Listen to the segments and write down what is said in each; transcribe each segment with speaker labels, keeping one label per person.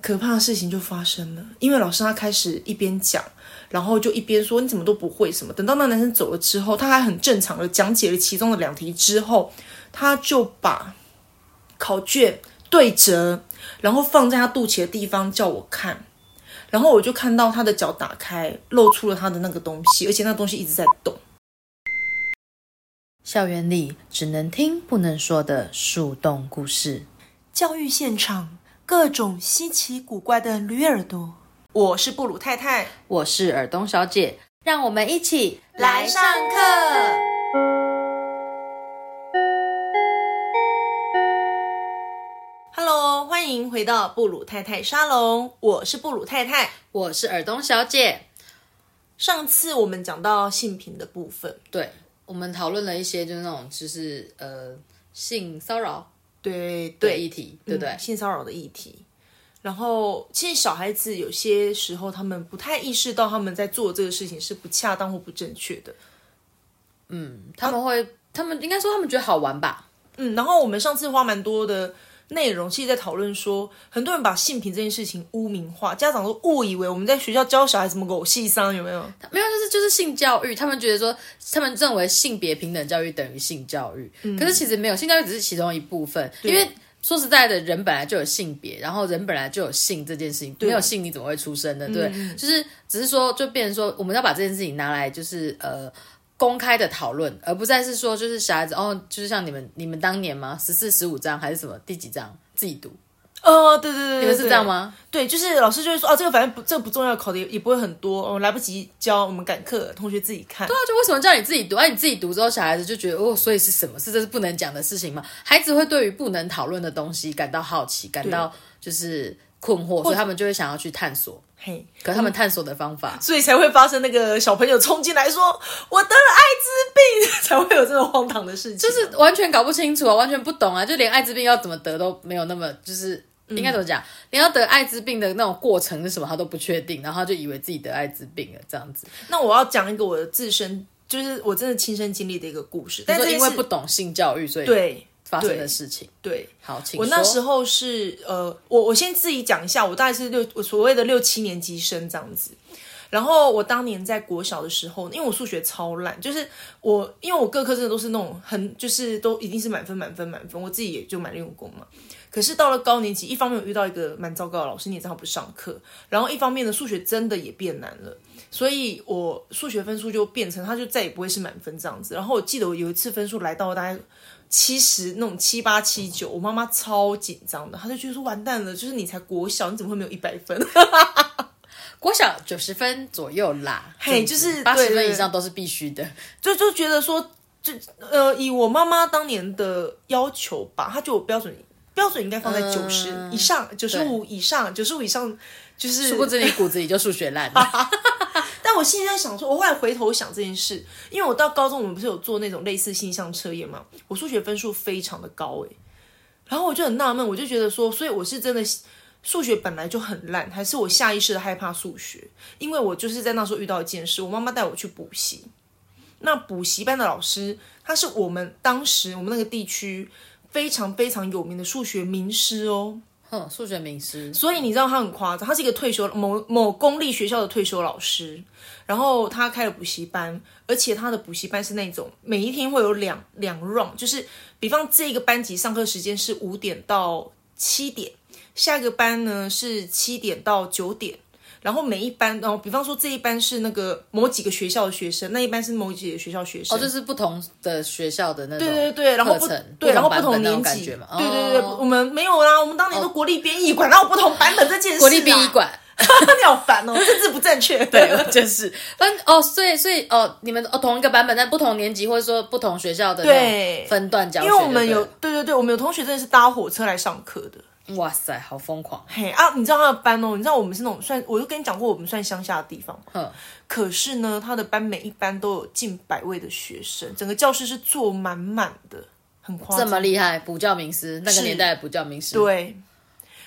Speaker 1: 可怕的事情就发生了，因为老师他开始一边讲，然后就一边说你怎么都不会什么。等到那男生走了之后，他还很正常的讲解了其中的两题之后，他就把考卷对折，然后放在他肚脐的地方叫我看，然后我就看到他的脚打开，露出了他的那个东西，而且那东西一直在动。
Speaker 2: 校园里只能听不能说的树洞故事。
Speaker 3: 教育现场各种稀奇古怪的驴耳朵。
Speaker 1: 我是布鲁太太，
Speaker 2: 我是尔东小姐，让我们一起
Speaker 4: 来上课。
Speaker 1: Hello，欢迎回到布鲁太太沙龙，我是布鲁太太。
Speaker 2: 我是尔东小姐。
Speaker 1: 上次我们讲到性平的部分，
Speaker 2: 对，我们讨论了一些就是那种就是呃性骚扰
Speaker 1: 对
Speaker 2: 的议题，对不对？
Speaker 1: 嗯性骚扰的议题。然后，其实小孩子有些时候他们不太意识到他们在做这个事情是不恰当或不正确的。
Speaker 2: 他们会，他们应该说他们觉得好玩吧？
Speaker 1: 嗯，然后我们上次花蛮多的内容，其实在讨论说，很多人把性平这件事情污名化，家长都误以为我们在学校教小孩什么狗戏伤，有没有？
Speaker 2: 没有，就是就是性教育，他们觉得说，他们认为性别平等教育等于性教育，可是其实没有，性教育只是其中一部分。因为说实在的，人本来就有性别，然后人本来就有性这件事情，没有性你怎么会出生呢？对，就是只是说，就变成说，我们要把这件事情拿来就是呃。公开的讨论，而不再是说就是小孩子哦，就是像你们你们当年吗？十四、十五章还是什么第几章自己读？
Speaker 1: 呃，对对对对，
Speaker 2: 你们是这样吗？
Speaker 1: 对，就是老师就会说，哦、这个反正不，这个不重要，考的也也不会很多，我、哦、来不及教，我们赶课，同学自己看。对
Speaker 2: 啊那就为什么叫你自己读？哎、你自己读之后，小孩子就觉得哦，所以是什么？是这是不能讲的事情吗？孩子会对于不能讨论的东西感到好奇，感到就是困惑，所以他们就会想要去探索。
Speaker 1: 嘿，
Speaker 2: 可他们探索的方法，
Speaker 1: 所以才会发生那个小朋友冲进来说我得了艾滋病， 才会有这种荒唐的事情。就
Speaker 2: 就是完全搞不清楚啊，完全不懂啊，就连艾滋病要怎么得都没有那么，就是
Speaker 1: 嗯
Speaker 2: 应该怎么讲，连要得艾滋病的那种过程是什么，他都不确定，然后他就以为自己得艾滋病了，这样子。
Speaker 1: 那我要讲一个我的自身，就是我真的亲身经历的一个故事，但
Speaker 2: 就是因为不懂性教育，所以
Speaker 1: 对
Speaker 2: 发生
Speaker 1: 对
Speaker 2: 的事情。
Speaker 1: 对。
Speaker 2: 好，请
Speaker 1: 我那时
Speaker 2: 说
Speaker 1: 候是呃，我我先自己讲一下，我大概是六，我所谓的六七年级生这样子。然后我当年在国小的时候，因为我数学超烂，就是我因为我各科真的都是那种很就是都一定是满分满分满分，我自己也就蛮用功嘛。可是到了高年级，一方面我遇到一个蛮糟糕的老师，你也知道他不上课，然后一方面呢，数学真的也变难了，所以我数学分数就变成，他就再也不会是满分这样子。然后我记得我有一次分数来到大概七十那种七八七九，我妈妈超紧张的，她就觉得说完蛋了，就是你才国小，你怎么会没有一百分？
Speaker 2: 国小九十分左右啦，
Speaker 1: 嘿就是
Speaker 2: 八
Speaker 1: 对
Speaker 2: 十
Speaker 1: 对
Speaker 2: 分以
Speaker 1: 对
Speaker 2: 上都是必须的。
Speaker 1: 就就觉得说，就呃，以我妈妈当年的要求吧，她觉得我标准标准应该放在九十
Speaker 2: 嗯
Speaker 1: 以上，九十五以上，九十五以上就是。啊
Speaker 2: 殊不知你骨子里就数学烂。
Speaker 1: 但我现在想说，我后来回头想这件事，因为我到高中，我们不是有做那种类似性向测验嘛，我数学分数非常的高诶、然后我就很纳闷，我就觉得说，所以我是真的数学本来就很烂，还是我下意识的害怕数学？因为我就是在那时候遇到一件事，我妈妈带我去补习，那补习班的老师他是我们当时我们那个地区非常非常有名的数学名师哦。
Speaker 2: 哼，数学名师，
Speaker 1: 所以你知道他很夸张，他是一个退休某某公立学校的退休老师，然后他开了补习班，而且他的补习班是那种每一天会有两两 round，就是比方这个班级上课时间是五点到七点，下一个班呢是七点到九点。然后每一班，哦然后比方说这一班是那个某几个学校的学生，那一班是某几个学校学生，
Speaker 2: 哦，就是不同的学校的那种课程，
Speaker 1: 对对对，然后不对，然后不
Speaker 2: 版
Speaker 1: 同
Speaker 2: 本那
Speaker 1: 年
Speaker 2: 种感
Speaker 1: 级，
Speaker 2: 觉嘛。
Speaker 1: 对对对，
Speaker 2: 哦
Speaker 1: 我们没有啦，我们当年都国立编译馆，然后不同版本这件事、啊，
Speaker 2: 国立殡仪馆，
Speaker 1: 你好烦哦，政治不正确。
Speaker 2: 对，我就是，反正哦，所以所以哦，你们哦同一个版本，但不同年级或者说不同学校的那种
Speaker 1: 对
Speaker 2: 分段教学
Speaker 1: 因
Speaker 2: 就
Speaker 1: 为
Speaker 2: 对了，
Speaker 1: 我们有对对对，我们有同学真的是搭火车来上课的。
Speaker 2: 哇塞，好疯狂，
Speaker 1: 嘿啊，你知道他的班哦？你知道我们是那种算，我就跟你讲过，我们算乡下的地方。
Speaker 2: 哼，
Speaker 1: 可是呢，他的班每一班都有近百位的学生，整个教室是坐满满的，很夸
Speaker 2: 这
Speaker 1: 张。
Speaker 2: 么厉害，补教名师，那个
Speaker 1: 是
Speaker 2: 年代的补教名师，，
Speaker 1: 对。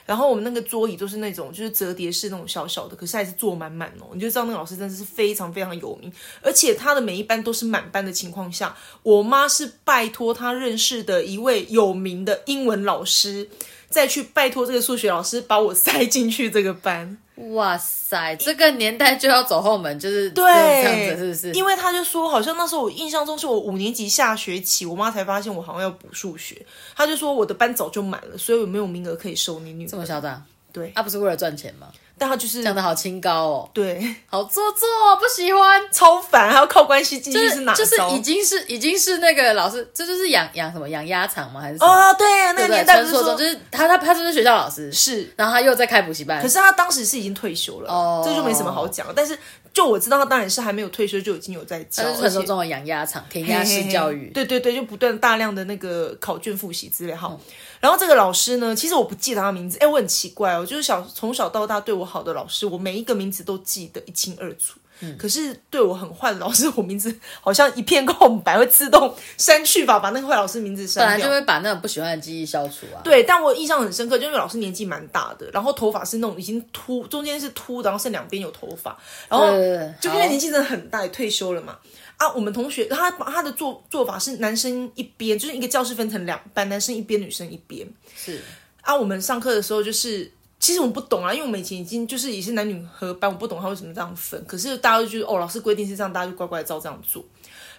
Speaker 1: 然后我们那个桌椅都是那种就是折叠式那种小小的，可是还是坐满满哦。你就知道那个老师真的是非常非常有名，而且他的每一班都是满班的情况下，我妈是拜托她认识的一位有名的英文老师，再去拜托这个数学老师把我塞进去这个班。
Speaker 2: 哇塞，这个年代就要走后门，就是对这样
Speaker 1: 对，
Speaker 2: 子，是不是？
Speaker 1: 因为他就说，好像那时候我印象中是我五年级下学期，我妈才发现我好像要补数学，他就说我的班早就满了，所以我没有名额可以收你女
Speaker 2: 这么
Speaker 1: 儿。
Speaker 2: 嚣张，
Speaker 1: 对
Speaker 2: 啊他、不是为了赚钱吗？
Speaker 1: 但他就是
Speaker 2: 讲的好清高哦，
Speaker 1: 对
Speaker 2: 好做作哦，不喜欢。
Speaker 1: 超烦，还要靠关系进去
Speaker 2: 就是
Speaker 1: 哪招？
Speaker 2: 就是已经是已经是那个老师，这就是养养什么养鸭场吗？还是什么？
Speaker 1: 哦，对，那个
Speaker 2: 对不对？
Speaker 1: 年代
Speaker 2: 传
Speaker 1: 不是
Speaker 2: 说
Speaker 1: 说
Speaker 2: 中就是他他他就是学校老师，
Speaker 1: 是
Speaker 2: 然后他又在开补习班，
Speaker 1: 可是他当时是已经退休了，
Speaker 2: 哦
Speaker 1: 这就没什么好讲。但是就我知道，他当然是还没有退休就已经有在教，
Speaker 2: 他就是
Speaker 1: 而
Speaker 2: 传
Speaker 1: 且
Speaker 2: 说中的养鸭场、填
Speaker 1: 嘿
Speaker 2: 鸭
Speaker 1: 嘿嘿
Speaker 2: 式教育。
Speaker 1: 对对对，就不断大量的那个考卷复习资料
Speaker 2: 嗯
Speaker 1: 哈。然后这个老师呢，其实我不记得他的名字，哎，我很奇怪哦，就是小从小到大对我好的老师，我每一个名字都记得一清二楚。
Speaker 2: 嗯
Speaker 1: 可是对我很坏的老师，我名字好像一片空白，会自动删去吧，把那个坏老师名字删
Speaker 2: 本
Speaker 1: 掉。
Speaker 2: 来就会把那种不喜欢的记忆消除啊。
Speaker 1: 对，但我印象很深刻，就因为老师年纪蛮大的，然后头发是那种已经秃，中间是秃的，然后剩两边有头发，然后
Speaker 2: 对对对
Speaker 1: 哦就因为年纪真的很大，也退休了嘛。啊，我们同学他他的做做法是男生一边，就是一个教室分成两班，男生一边，女生一边。
Speaker 2: 是
Speaker 1: 啊，我们上课的时候就是，其实我们不懂啊，因为我们以前已经就是也是男女合班，我不懂他为什么这样分。可是大家就觉得哦，老师规定是这样，大家就乖乖照这样做。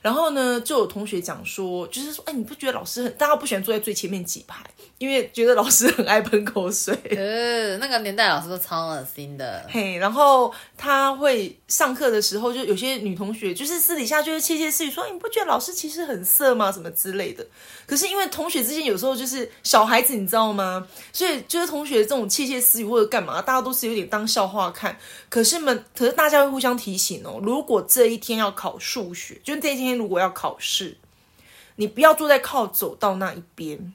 Speaker 1: 然后呢，就有同学讲说，就是说，哎，你不觉得老师很，大家不喜欢坐在最前面几排，因为觉得老师很爱喷口水。
Speaker 2: 呃，那个年代老师都超恶心的。
Speaker 1: 嘿，然后他会上课的时候，就有些女同学就是私底下就会窃窃私语说：“哎你不觉得老师其实很色吗？什么之类的。”可是因为同学之间有时候就是小孩子，你知道吗？所以就是同学这种窃窃私语或者干嘛，大家都是有点当笑话看。可是们，可是大家会互相提醒哦，如果这一天要考数学，就是这一天如果要考试，你不要坐在靠走道那一边。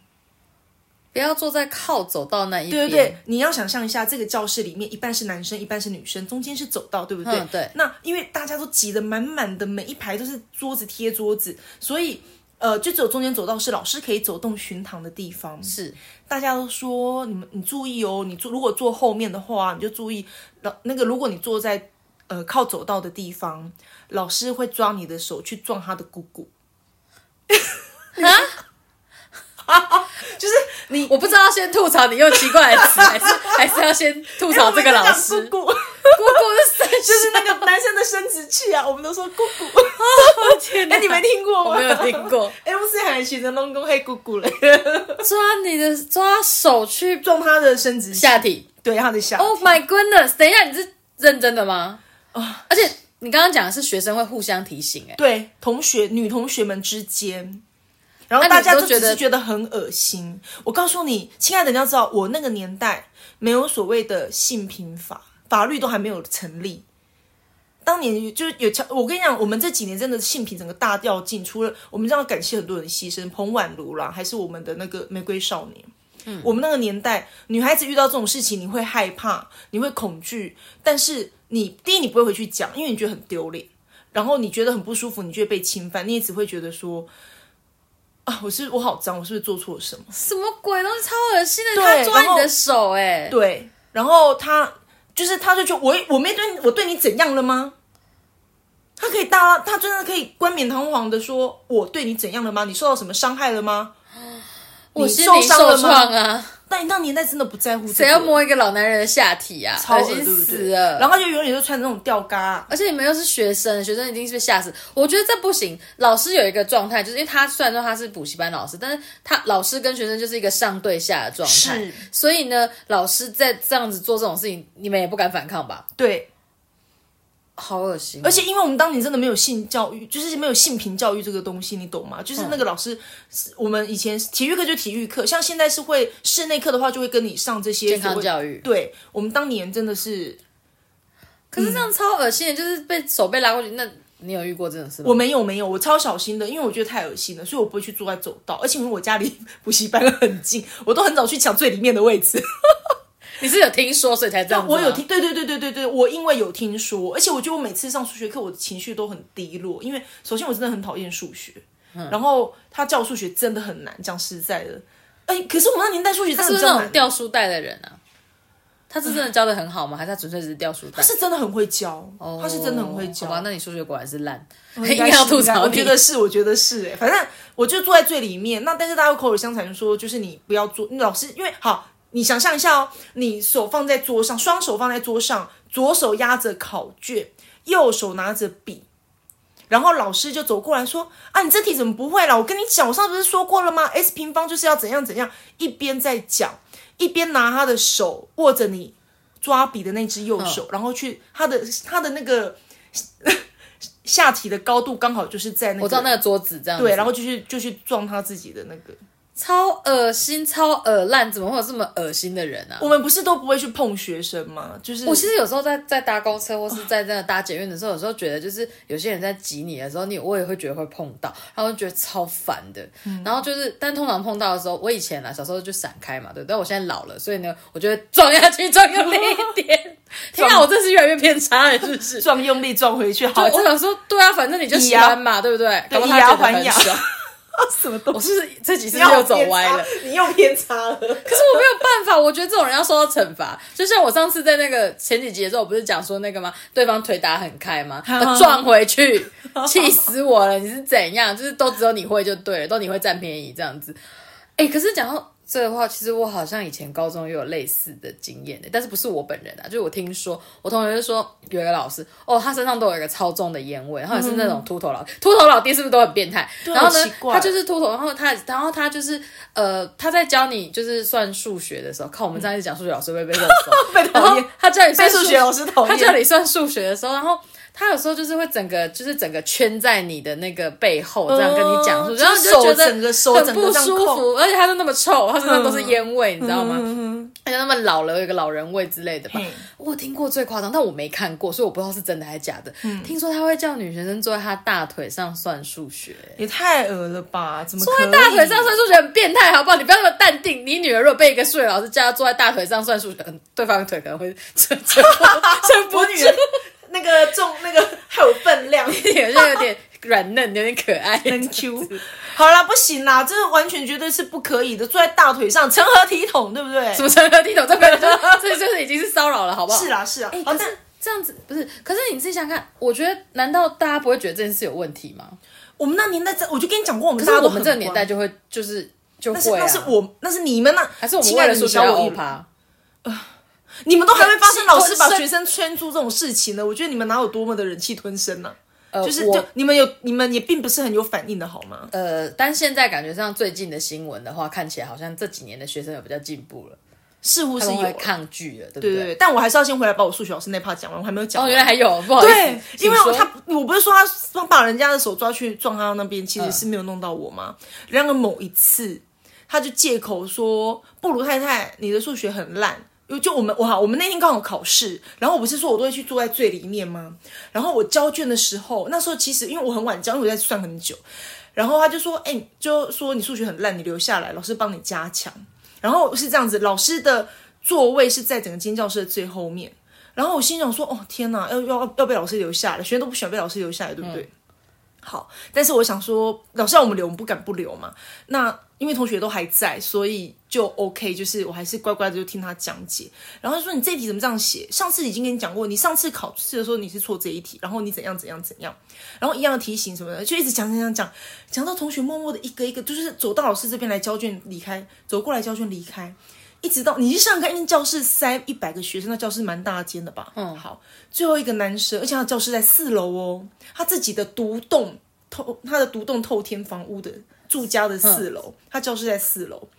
Speaker 2: 不要坐在靠走道那一
Speaker 1: 对
Speaker 2: 边。
Speaker 1: 对对，你要想象一下，这个教室里面一半是男生，一半是女生，中间是走道，对不对？
Speaker 2: 嗯对
Speaker 1: 那因为大家都挤得满满的，每一排都是桌子贴桌子，所以呃，就只有中间走道是老师可以走动巡堂的地方。
Speaker 2: 是
Speaker 1: 大家都说你们你注意哦，你坐如果坐后面的话，你就注意老那个，如果你坐在呃靠走道的地方，老师会抓你的手去撞他的姑姑。
Speaker 2: 啊
Speaker 1: 就是 你
Speaker 2: 我不知道要先吐槽你用奇怪的 词，还是还是要先吐槽这个老
Speaker 1: 哎我
Speaker 2: 师。
Speaker 1: 们在讲
Speaker 2: 姑
Speaker 1: 姑姑。
Speaker 2: 姑是
Speaker 1: 就
Speaker 2: 就是
Speaker 1: 那个男生的生殖器啊，我们都说姑姑。
Speaker 2: 天哪
Speaker 1: 哎、你没听过吗？
Speaker 2: 我没有听过。
Speaker 1: 哎，不是很喜欢弄公黑姑姑嘞，
Speaker 2: 抓你的抓手去
Speaker 1: 撞他的生殖器，
Speaker 2: 下体。
Speaker 1: 对他的下体。
Speaker 2: Oh my goodness！等一下，你是认真的吗？
Speaker 1: 哦
Speaker 2: 啊！而且你刚刚讲的是学生会互相提醒、哎，
Speaker 1: 对，同学女同学们之间。然后
Speaker 2: 那
Speaker 1: 大
Speaker 2: 你
Speaker 1: 家
Speaker 2: 都
Speaker 1: 就只
Speaker 2: 觉得
Speaker 1: 是觉得很恶心。我告诉你，亲爱的，你要知道，我那个年代没有所谓的性平法，法律都还没有成立。当年就是有强，我跟你讲，我们这几年真的性平整个大掉进，除了我们真的要感谢很多人的牺牲，彭婉如啦，还是我们的那个玫瑰少年。嗯，我们那个年代，女孩子遇到这种事情，你会害怕，你会恐惧，但是你第一你不会回去讲，因为你觉得很丢脸，然后你觉得很不舒服，你就会被侵犯，你也只会觉得说。啊，我是我好脏，我是不是做错了什么？
Speaker 2: 什么鬼东西超恶心的！
Speaker 1: 对
Speaker 2: 他抓
Speaker 1: 然
Speaker 2: 你
Speaker 1: 后
Speaker 2: 的手、哎，
Speaker 1: 对，然后他就是他就觉得我我没对你我对你怎样了吗？他可以大他真的可以冠冕堂皇的说我对你怎样了吗？你受到什么伤害了吗？
Speaker 2: 我
Speaker 1: 你
Speaker 2: 心
Speaker 1: 受
Speaker 2: 灵
Speaker 1: 伤
Speaker 2: 受
Speaker 1: 了吗
Speaker 2: 创啊！
Speaker 1: 但那年代真的不在乎、这个，
Speaker 2: 谁要摸一个老男人的下体啊？
Speaker 1: 超
Speaker 2: 恶
Speaker 1: 恶
Speaker 2: 心
Speaker 1: 对不
Speaker 2: 死
Speaker 1: 对？
Speaker 2: 了！
Speaker 1: 然后他就永远就穿那种吊嘎，
Speaker 2: 而且你们又是学生，学生一定是被吓死。我觉得这不行。老师有一个状态，就是因为他虽然说他是补习班老师，但是他老师跟学生就是一个上对下的状态
Speaker 1: 是，
Speaker 2: 所以呢，老师在这样子做这种事情，你们也不敢反抗吧？
Speaker 1: 对，
Speaker 2: 好恶心哦、
Speaker 1: 而且因为我们当年真的没有性教育，就是没有性平教育这个东西，你懂
Speaker 2: 嗯
Speaker 1: 吗？就是那个老师，是我们以前体育课就体育课，像现在是会室内课的话，就会跟你上这些
Speaker 2: 健康
Speaker 1: 所谓
Speaker 2: 教育
Speaker 1: 对我们当年真的是
Speaker 2: 可是这样超恶心的，就是被手被拉过去。那你有遇过这种事吗？
Speaker 1: 我没有没有，我超小心的，因为我觉得太恶心了，所以我不会去坐在走道，而且因为我家离补习班很近，我都很早去抢最里面的位置。
Speaker 2: 你是有听说所以才这样子吗
Speaker 1: 我有听，，对对对对对对，我因为有听说，而且我觉得我每次上数学课，我的情绪都很低落，因为首先我真的很讨厌数学，
Speaker 2: 嗯
Speaker 1: 然后他教数学真的很难，讲实在的，哎，可是我们那年代数学真
Speaker 2: 他
Speaker 1: 的
Speaker 2: 是
Speaker 1: 比
Speaker 2: 不是
Speaker 1: 较
Speaker 2: 那种
Speaker 1: 难，
Speaker 2: 掉书袋的人啊？他是真的教的很好吗？还是他纯粹只是掉书袋
Speaker 1: 他？是真的很会教，他是真的很会教
Speaker 2: 哦好。吧，那你数学果然是烂，
Speaker 1: 应
Speaker 2: 硬
Speaker 1: 该
Speaker 2: 要
Speaker 1: 是
Speaker 2: 吐
Speaker 1: 应该
Speaker 2: 槽
Speaker 1: 我
Speaker 2: 你。
Speaker 1: 觉得是，我觉得是、欸哎，反正我就坐在最里面。那但是大家口耳相传说，就是你不要坐，你老师因为好，你想象一下哦，你手放在桌上，双手放在桌上，左手压着考卷，右手拿着笔，然后老师就走过来说：“啊，你这题怎么不会了？我跟你讲，我上次不是说过了吗？S 平方就是要怎样怎样。”一边在讲，一边拿他的手握着你抓笔的那只右手，
Speaker 2: 嗯
Speaker 1: 然后去他的他的那个 下体的高度刚好就是在那个，
Speaker 2: 我知道那个桌子这样子，
Speaker 1: 对，然后就去就去撞他自己的那个。
Speaker 2: 超恶心、超恶烂，怎么会有这么恶心的人啊
Speaker 1: 我？们不是都不会去碰学生吗？就是
Speaker 2: 我其实有时候在在搭公车或是在那个搭捷运的时候，有时候觉得就是有些人在挤你的时候，你我也会觉得会碰到，然后就觉得超烦的。然后就是，但通常碰到的时候，我以前啊小时候就闪开嘛，对，但我现在老了，所以呢，我就会撞下去，撞用力一点。天啊，我真是越来越偏差了，是 不是？
Speaker 1: 撞用力撞回去，好，
Speaker 2: 我想说，对啊，反正你就喜欢嘛，对不对？搞不好
Speaker 1: 以牙
Speaker 2: 他觉得
Speaker 1: 还
Speaker 2: 很
Speaker 1: 牙
Speaker 2: 爽
Speaker 1: 什么 东
Speaker 2: 我
Speaker 1: 西？
Speaker 2: 是不是这几次又走歪了？
Speaker 1: 你又偏差了。
Speaker 2: 可是我没有办法，我觉得这种人要受到惩罚。就像我上次在那个前几集的时候，我不是讲说那个吗？对方腿打很 开吗？他撞回去，气死我了！你是怎样？就是都只有你会就对了，都你会占便宜这样子。哎、可是讲到这的话，其实我好像以前高中也有类似的经验的，但是不是我本人啊，就是我听说我同学就说有一个老师哦，他身上都有一个超重的烟味，然后也是那种秃头老、秃头老爹是不是都很变态？然后
Speaker 1: 很嗯
Speaker 2: 呢
Speaker 1: 奇，怪哦
Speaker 2: 他就是秃头，然后他然后他就是呃，他在教你就是算数学的时候，看我们上一次讲数学老师会 被肉搜，
Speaker 1: 嗯被讨
Speaker 2: 然
Speaker 1: 厌
Speaker 2: 后他叫你算
Speaker 1: 被数学老师讨厌
Speaker 2: 他叫你算数学的时候，然后。他有时候就是会整个就是整个圈在你的那个背后，这样跟你讲述，
Speaker 1: 哦
Speaker 2: 然后你就觉得
Speaker 1: 就是手整个手
Speaker 2: 很
Speaker 1: 整个
Speaker 2: 不
Speaker 1: 这样
Speaker 2: 舒
Speaker 1: 扣嗯
Speaker 2: 服，而且它都那么臭，它身上都是烟味，你知道吗？而且那么老了，有一个老人味之类的吧
Speaker 1: 嘿。
Speaker 2: 我有听过最夸张，但我没看过，所以我不知道是真的还是假的。
Speaker 1: 嗯
Speaker 2: 听说他会叫女学生坐在他大腿上算数学，
Speaker 1: 也太恶了吧？怎么
Speaker 2: 坐
Speaker 1: 可
Speaker 2: 在
Speaker 1: 以
Speaker 2: 大腿上算数学很变态，好不好？你不要那么淡定。你女儿如果被一个数学老师叫她坐在大腿上算数学，嗯对方的腿可能会撑撑撑不
Speaker 1: 我
Speaker 2: 住，
Speaker 1: 女儿那个重那个还有分量。
Speaker 2: 有些有点软嫩，有点可爱。
Speaker 1: N Q，好啦，不行啦，这完全绝对是不可以的。坐在大腿上，成何体统，对不对
Speaker 2: 什？么成何体统？这个就是这就是已经是骚扰了，好不好？
Speaker 1: 是啦，是啦。
Speaker 2: 哎、
Speaker 1: 好，
Speaker 2: 可
Speaker 1: 但
Speaker 2: 是这样子不是？可是你自己想想看，我觉得难道大家不会觉得这件事有问题吗？
Speaker 1: 我们那年代，我就跟你讲过，我们
Speaker 2: 可
Speaker 1: 大
Speaker 2: 是
Speaker 1: 家都
Speaker 2: 我们这个
Speaker 1: 很
Speaker 2: 年
Speaker 1: 乖
Speaker 2: 代，就会就是就
Speaker 1: 那是
Speaker 2: 会、啊、
Speaker 1: 那是我，那是你们那，
Speaker 2: 还是我们
Speaker 1: 亲
Speaker 2: 为
Speaker 1: 爱的
Speaker 2: 了数
Speaker 1: 你
Speaker 2: 学
Speaker 1: 小
Speaker 2: 要
Speaker 1: 我
Speaker 2: 欧
Speaker 1: 一趴，
Speaker 2: 趴？
Speaker 1: 你们都还会发生
Speaker 2: 气
Speaker 1: 老师把
Speaker 2: 吞声
Speaker 1: 学生圈住这种事情呢？我觉得你们哪有多么的忍气吞声呢、
Speaker 2: 呃
Speaker 1: 就是
Speaker 2: 我
Speaker 1: 就你们有你们也并不是很有反应的好吗？
Speaker 2: 呃，但现在感觉上最近的新闻的话，看起来好像这几年的学生有比较进步了，
Speaker 1: 似乎
Speaker 2: 他
Speaker 1: 是
Speaker 2: 们
Speaker 1: 有
Speaker 2: 会
Speaker 1: 啊，
Speaker 2: 抗拒了，对不
Speaker 1: 对
Speaker 2: 对？
Speaker 1: 对对。但我还是要先回来把我数学老师那 part 讲完，我还没有讲
Speaker 2: 哦，
Speaker 1: 完。
Speaker 2: 原来还有，不好意思，
Speaker 1: 对，因
Speaker 2: 请
Speaker 1: 为
Speaker 2: 说
Speaker 1: 他我不是说他他把人家的手抓去撞他那边，其实是没有弄到我
Speaker 2: 嗯
Speaker 1: 吗？然而某一次，他就借口说布鲁太太你的数学很烂。因为就我们我好，我们那天刚好考试，然后我不是说我都会去坐在最里面吗？然后我交卷的时候，那时候其实因为我很晚交，因为我在算很久，然后他就说，哎、就说你数学很烂，你留下来，老师帮你加强。然后是这样子，老师的座位是在整个尖教室的最后面。然后我心想说，哦天哪，要要要被老师留下来，学生都不喜欢被老师留下来，对不对？好，但是我想说，老师让我们留，我们不敢不留嘛。那因为同学都还在，所以就 OK，就是我还是乖乖的就听他讲解。然后他说你这题怎么这样写？上次已经跟你讲过，你上次考试的时候你是错这一题，然后你怎样怎样怎样，然后一样的提醒什么的，就一直讲讲讲讲，讲到同学默默的一个一个，就是走到老师这边来交卷离开，走过来交卷离开。一直到你去上看，一间教室塞一百个学生，那教室蛮大间的吧？嗯，好，最后一个男生，而且他的教室在四楼哦，他自己的独栋透，他的独栋透天房屋的住家的
Speaker 2: 嗯
Speaker 1: 四楼，他教室在四楼。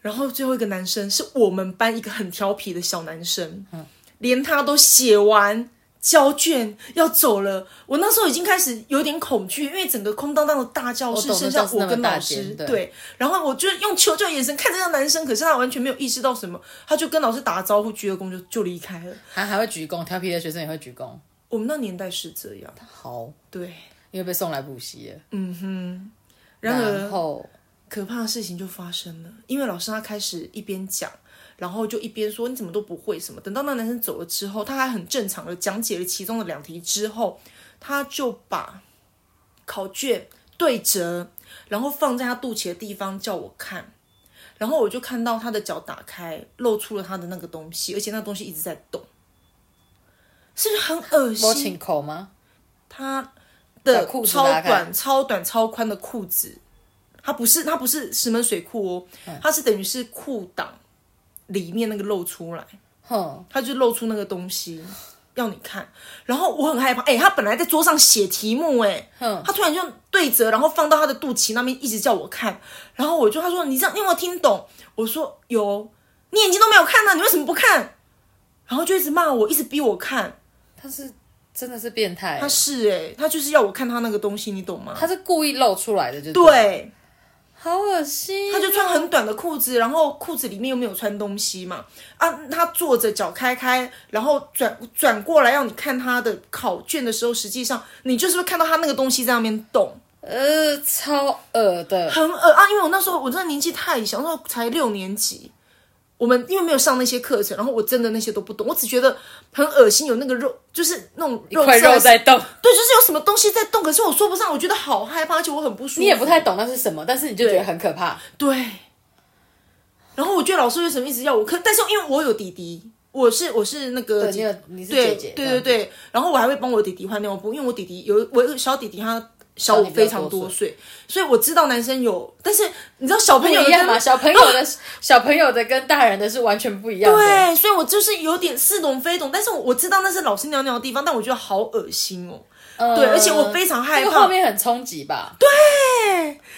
Speaker 1: 然后最后一个男生是我们班一个很调皮的小男生，
Speaker 2: 嗯
Speaker 1: 连他都写完交卷要走了，我那时候已经开始有点恐惧，因为整个空荡荡的大教室
Speaker 2: 我懂
Speaker 1: 剩下
Speaker 2: 那教室
Speaker 1: 我
Speaker 2: 那么
Speaker 1: 跟
Speaker 2: 大
Speaker 1: 老师，
Speaker 2: 间对
Speaker 1: 对，然后我就用求救眼神看着那个男生，可是他完全没有意识到什么，他就跟老师打招呼，鞠了躬就就离开了。
Speaker 2: 还还会鞠躬，调皮的学生也会鞠躬。
Speaker 1: 我们那年代是这样，
Speaker 2: 好，
Speaker 1: 对。嗯
Speaker 2: 因为被送来补习了，
Speaker 1: 然
Speaker 2: 然
Speaker 1: 而，
Speaker 2: 后
Speaker 1: 可怕的事情就发生了，因为老师他开始一边讲，然后就一边说你怎么都不会什么。等到那男生走了之后，他还很正常的讲解了其中的两题之后，他就把考卷对折，然后放在他肚脐的地方叫我看。然后我就看到他的脚打开，露出了他的那个东西，而且那东西一直在动，是不是很恶
Speaker 2: 摸
Speaker 1: 心
Speaker 2: 请？口吗？
Speaker 1: 他
Speaker 2: 把
Speaker 1: 的
Speaker 2: 裤子
Speaker 1: 超
Speaker 2: 拉开
Speaker 1: 短、超短、超宽的
Speaker 2: 嗯
Speaker 1: 裤子，它不是它不是石门水裤哦，它是等于是裤裆里面那个露出来，
Speaker 2: 哼，
Speaker 1: 他就露出那个东西要你看，然后我很害怕。哎、他本来在桌上写题目、哎
Speaker 2: 嗯，
Speaker 1: 他突然就对折，然后放到他的肚脐那边，一直叫我看。然后我就他说你这样你有没有听懂？我说有，你眼睛都没有看呢、你为什么不看？然后就一直骂我，一直逼我看。
Speaker 2: 他是真的是变态
Speaker 1: 他，是哎、他就是要我看他那个东西，你懂吗？
Speaker 2: 他是故意露出来的，就了，
Speaker 1: 对，
Speaker 2: 好恶心哦。
Speaker 1: 他就穿很短的裤子，然后裤子里面又没有穿东西嘛。啊，他坐着脚开开，然后转转过来让你看他的考卷的时候，实际上你就是会看到他那个东西在那边动，
Speaker 2: 呃超恶的，
Speaker 1: 很恶啊！因为我那时候我真的年纪太小，那时候才六年级。我们因为没有上那些课程，然后我真的那些都不懂，我只觉得很恶心，有那个肉，就是那种肉
Speaker 2: 块肉在动，
Speaker 1: 对，就是有什么东西在动，可是我说不上，我觉得好害怕，而且我很不舒服。
Speaker 2: 你也不太懂那是什么，但是你就觉得很可怕。
Speaker 1: 对。然后我觉得老师为什么一直要我？可但是因为我有弟弟，我是我是那个
Speaker 2: 对
Speaker 1: 姐
Speaker 2: 你有你是
Speaker 1: 对
Speaker 2: 姐姐
Speaker 1: 对
Speaker 2: 这样
Speaker 1: 对
Speaker 2: 子
Speaker 1: 对。然后我还会帮我弟弟换尿布，因为我弟弟有我有个小弟弟他。小
Speaker 2: 小
Speaker 1: 我
Speaker 2: 你比较
Speaker 1: 非常
Speaker 2: 多
Speaker 1: 多岁，所以我知道男生有，但是你知道小朋友
Speaker 2: 不一样嘛，
Speaker 1: 跟哦
Speaker 2: 小朋友的、小朋友的跟大人的是完全不一样的。
Speaker 1: 对，所以我就是有点似懂非懂，但是我我知道那是老师尿尿的地方，但我觉得好恶心哦。
Speaker 2: 呃
Speaker 1: 对而且我非常害怕
Speaker 2: 这个画面很冲击吧？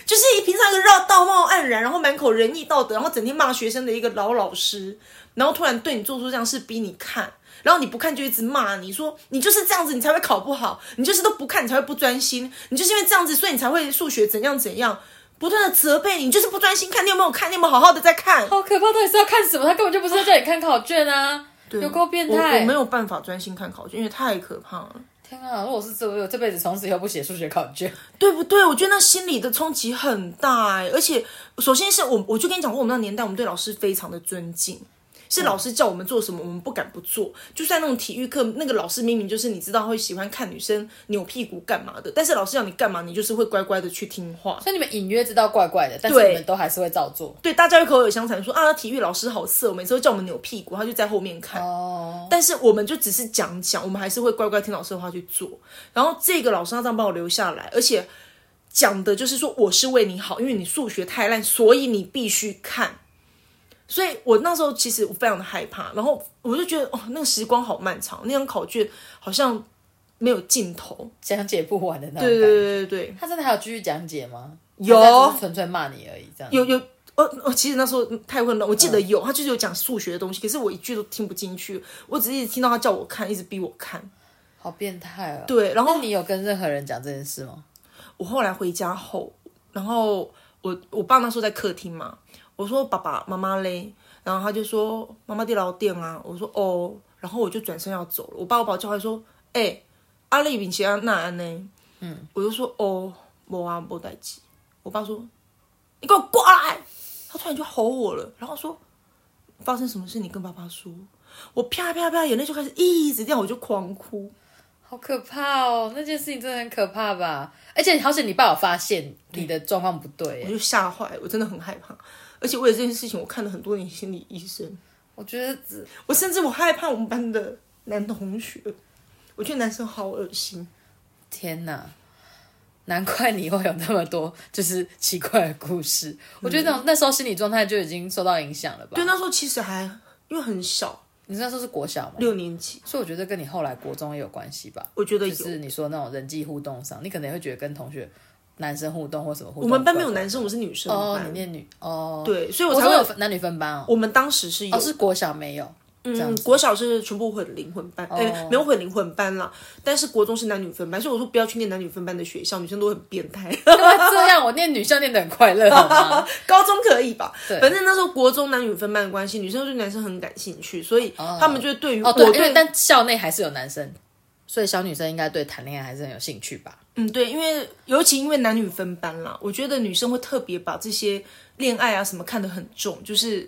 Speaker 1: 就是平常一个绕道貌岸然，然后满口仁义道德，然后整天骂学生的一个老老师，然后突然对你做出这样事逼你看，然后你不看就一直骂你说你就是这样子你才会考不好，你就是都不看你才会不专心，你就是因为这样子所以你才会数学怎样怎样，不断的责备你，你就是不专心看，你有没有看？你有没有好好的在看？
Speaker 2: 好可怕！到底是要看什么？他根本就不是在叫你看考卷啊，有够变态！
Speaker 1: 我！我没有办法专心看考卷，因为太可怕了。
Speaker 2: 天啊！如果是这，我这辈子从此以后不写数学考卷。
Speaker 1: 对不对？我觉得那心理的冲击很大哎、而且首先是我，我就跟你讲过，我们那年代我们对老师非常的尊敬，是老师叫我们做什么，我们不敢不做。就算那种体育课，那个老师明明就是你知道会喜欢看女生扭屁股干嘛的，但是老师要你干嘛，你就是会乖乖的去听话。
Speaker 2: 所以你们隐约知道怪怪的，但是
Speaker 1: 对
Speaker 2: 你们都还是会照做。
Speaker 1: 对，大家又口耳相传说啊，体育老师好色，每次都叫我们扭屁股，他就在后面看。
Speaker 2: 哦，
Speaker 1: 但是我们就只是讲讲，我们还是会乖乖听老师的话去做。然后这个老师他这样把我留下来，而且讲的就是说我是为你好，因为你数学太烂，所以你必须看。所以我那时候其实我非常的害怕，然后我就觉得哦，那个时光好漫长，那张考卷好像没有尽头。
Speaker 2: 讲解不完的那种。
Speaker 1: 对对。对对对，
Speaker 2: 他真的还有继续讲解吗？
Speaker 1: 有
Speaker 2: 还是他只是纯粹骂你而已，这样
Speaker 1: 有有，呃，我其实那时候太混乱，我记得有，他就是有讲数学的东西，可是我一句都听不进去，我只是一直听到他叫我看，一直逼我看。
Speaker 2: 好变态哦。，
Speaker 1: 对，然后
Speaker 2: 你有跟任何人讲这件事吗？
Speaker 1: 我后来回家后，然后我我爸那时候在客厅嘛，我说爸爸妈妈嘞，然后他就说妈妈在老店啊，我说哦，然后我就转身要走了，我爸我把我叫回来说，哎、阿丽敏安那安呢？嗯，我就说哦，无啊，无代志。我爸说你给我过来，他突然就吼我了，然后说发生什么事你跟爸爸说，我啪啪啪眼泪就开始一直掉，我就狂哭。
Speaker 2: 好可怕哦！那件事情真的很可怕吧？而且好险你爸有发现你的状况不对
Speaker 1: 我
Speaker 2: 耶。
Speaker 1: 就吓坏，我真的很害怕。而且为了这件事情，我看了很多年心理医生。
Speaker 2: 我觉得只
Speaker 1: 我甚至我害怕我们班的男同学，我觉得男生好恶心。
Speaker 2: 天哪，难怪你会有那么多就是奇怪的故
Speaker 1: 嗯
Speaker 2: 事。我觉得那种那时候心理状态就已经受到影响了吧？
Speaker 1: 对，那时候其实还因为很小，
Speaker 2: 你那时候是国小嘛，
Speaker 1: 六年级，
Speaker 2: 所以我觉得跟你后来国中也有关系吧。
Speaker 1: 我觉得
Speaker 2: 就
Speaker 1: 有。
Speaker 2: 是你说那种人际互动上，你可能也会觉得跟同学男生互动或什么互
Speaker 1: 我
Speaker 2: 动，
Speaker 1: 们班没有男生，我是女生
Speaker 2: 哦，
Speaker 1: 班。
Speaker 2: 你念女哦，，
Speaker 1: 对，所以我
Speaker 2: 我
Speaker 1: 才
Speaker 2: 说
Speaker 1: 会
Speaker 2: 有分男女分班哦，
Speaker 1: 我们当时是有，
Speaker 2: 哦是国小没有，这样
Speaker 1: 嗯，
Speaker 2: 子哦
Speaker 1: 国小是全部混龄混班，哎、没有混龄混班啦。但是国中是男女分班，所以我说不要去念男女分班的学校，女生都很变态。
Speaker 2: 干嘛哦这样？我念女校念得很快乐好吗？
Speaker 1: 高中可以吧？
Speaker 2: 对
Speaker 1: 反正那时候国中男女分班的关系，女生对男生很感兴趣，所以他们就对于 我
Speaker 2: 哦，对，因
Speaker 1: 对
Speaker 2: 为但校内还是有男生，所以小女生应该对谈恋爱还是很有兴趣吧？
Speaker 1: 嗯对，因为尤其因为男女分班啦，我觉得女生会特别把这些恋爱啊什么看得很重，就是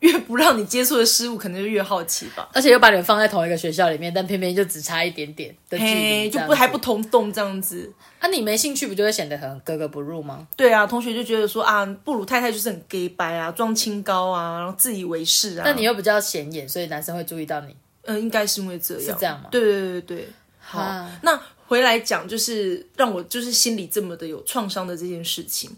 Speaker 1: 越不让你接触的事物，可能就越好奇吧。
Speaker 2: 而且又把你们放在同一个学校里面，但偏偏就只差一点点的距
Speaker 1: 嘿，
Speaker 2: 离，
Speaker 1: 哎就
Speaker 2: 这样
Speaker 1: 不
Speaker 2: 子
Speaker 1: 还不同动这样子，
Speaker 2: 啊？你没兴趣，不就会显得很格格不入吗？
Speaker 1: 对啊，同学就觉得说啊，布鲁太太就是很 gay 白啊，装清高啊，然后自以为是啊。
Speaker 2: 那你又比较显眼，所以男生会注意到你。
Speaker 1: 嗯，应该是因为这样，
Speaker 2: 是这样吗
Speaker 1: 对对对对对，好，
Speaker 2: 啊
Speaker 1: 那回来讲，就是让我就是心里这么的有创伤的这件事情。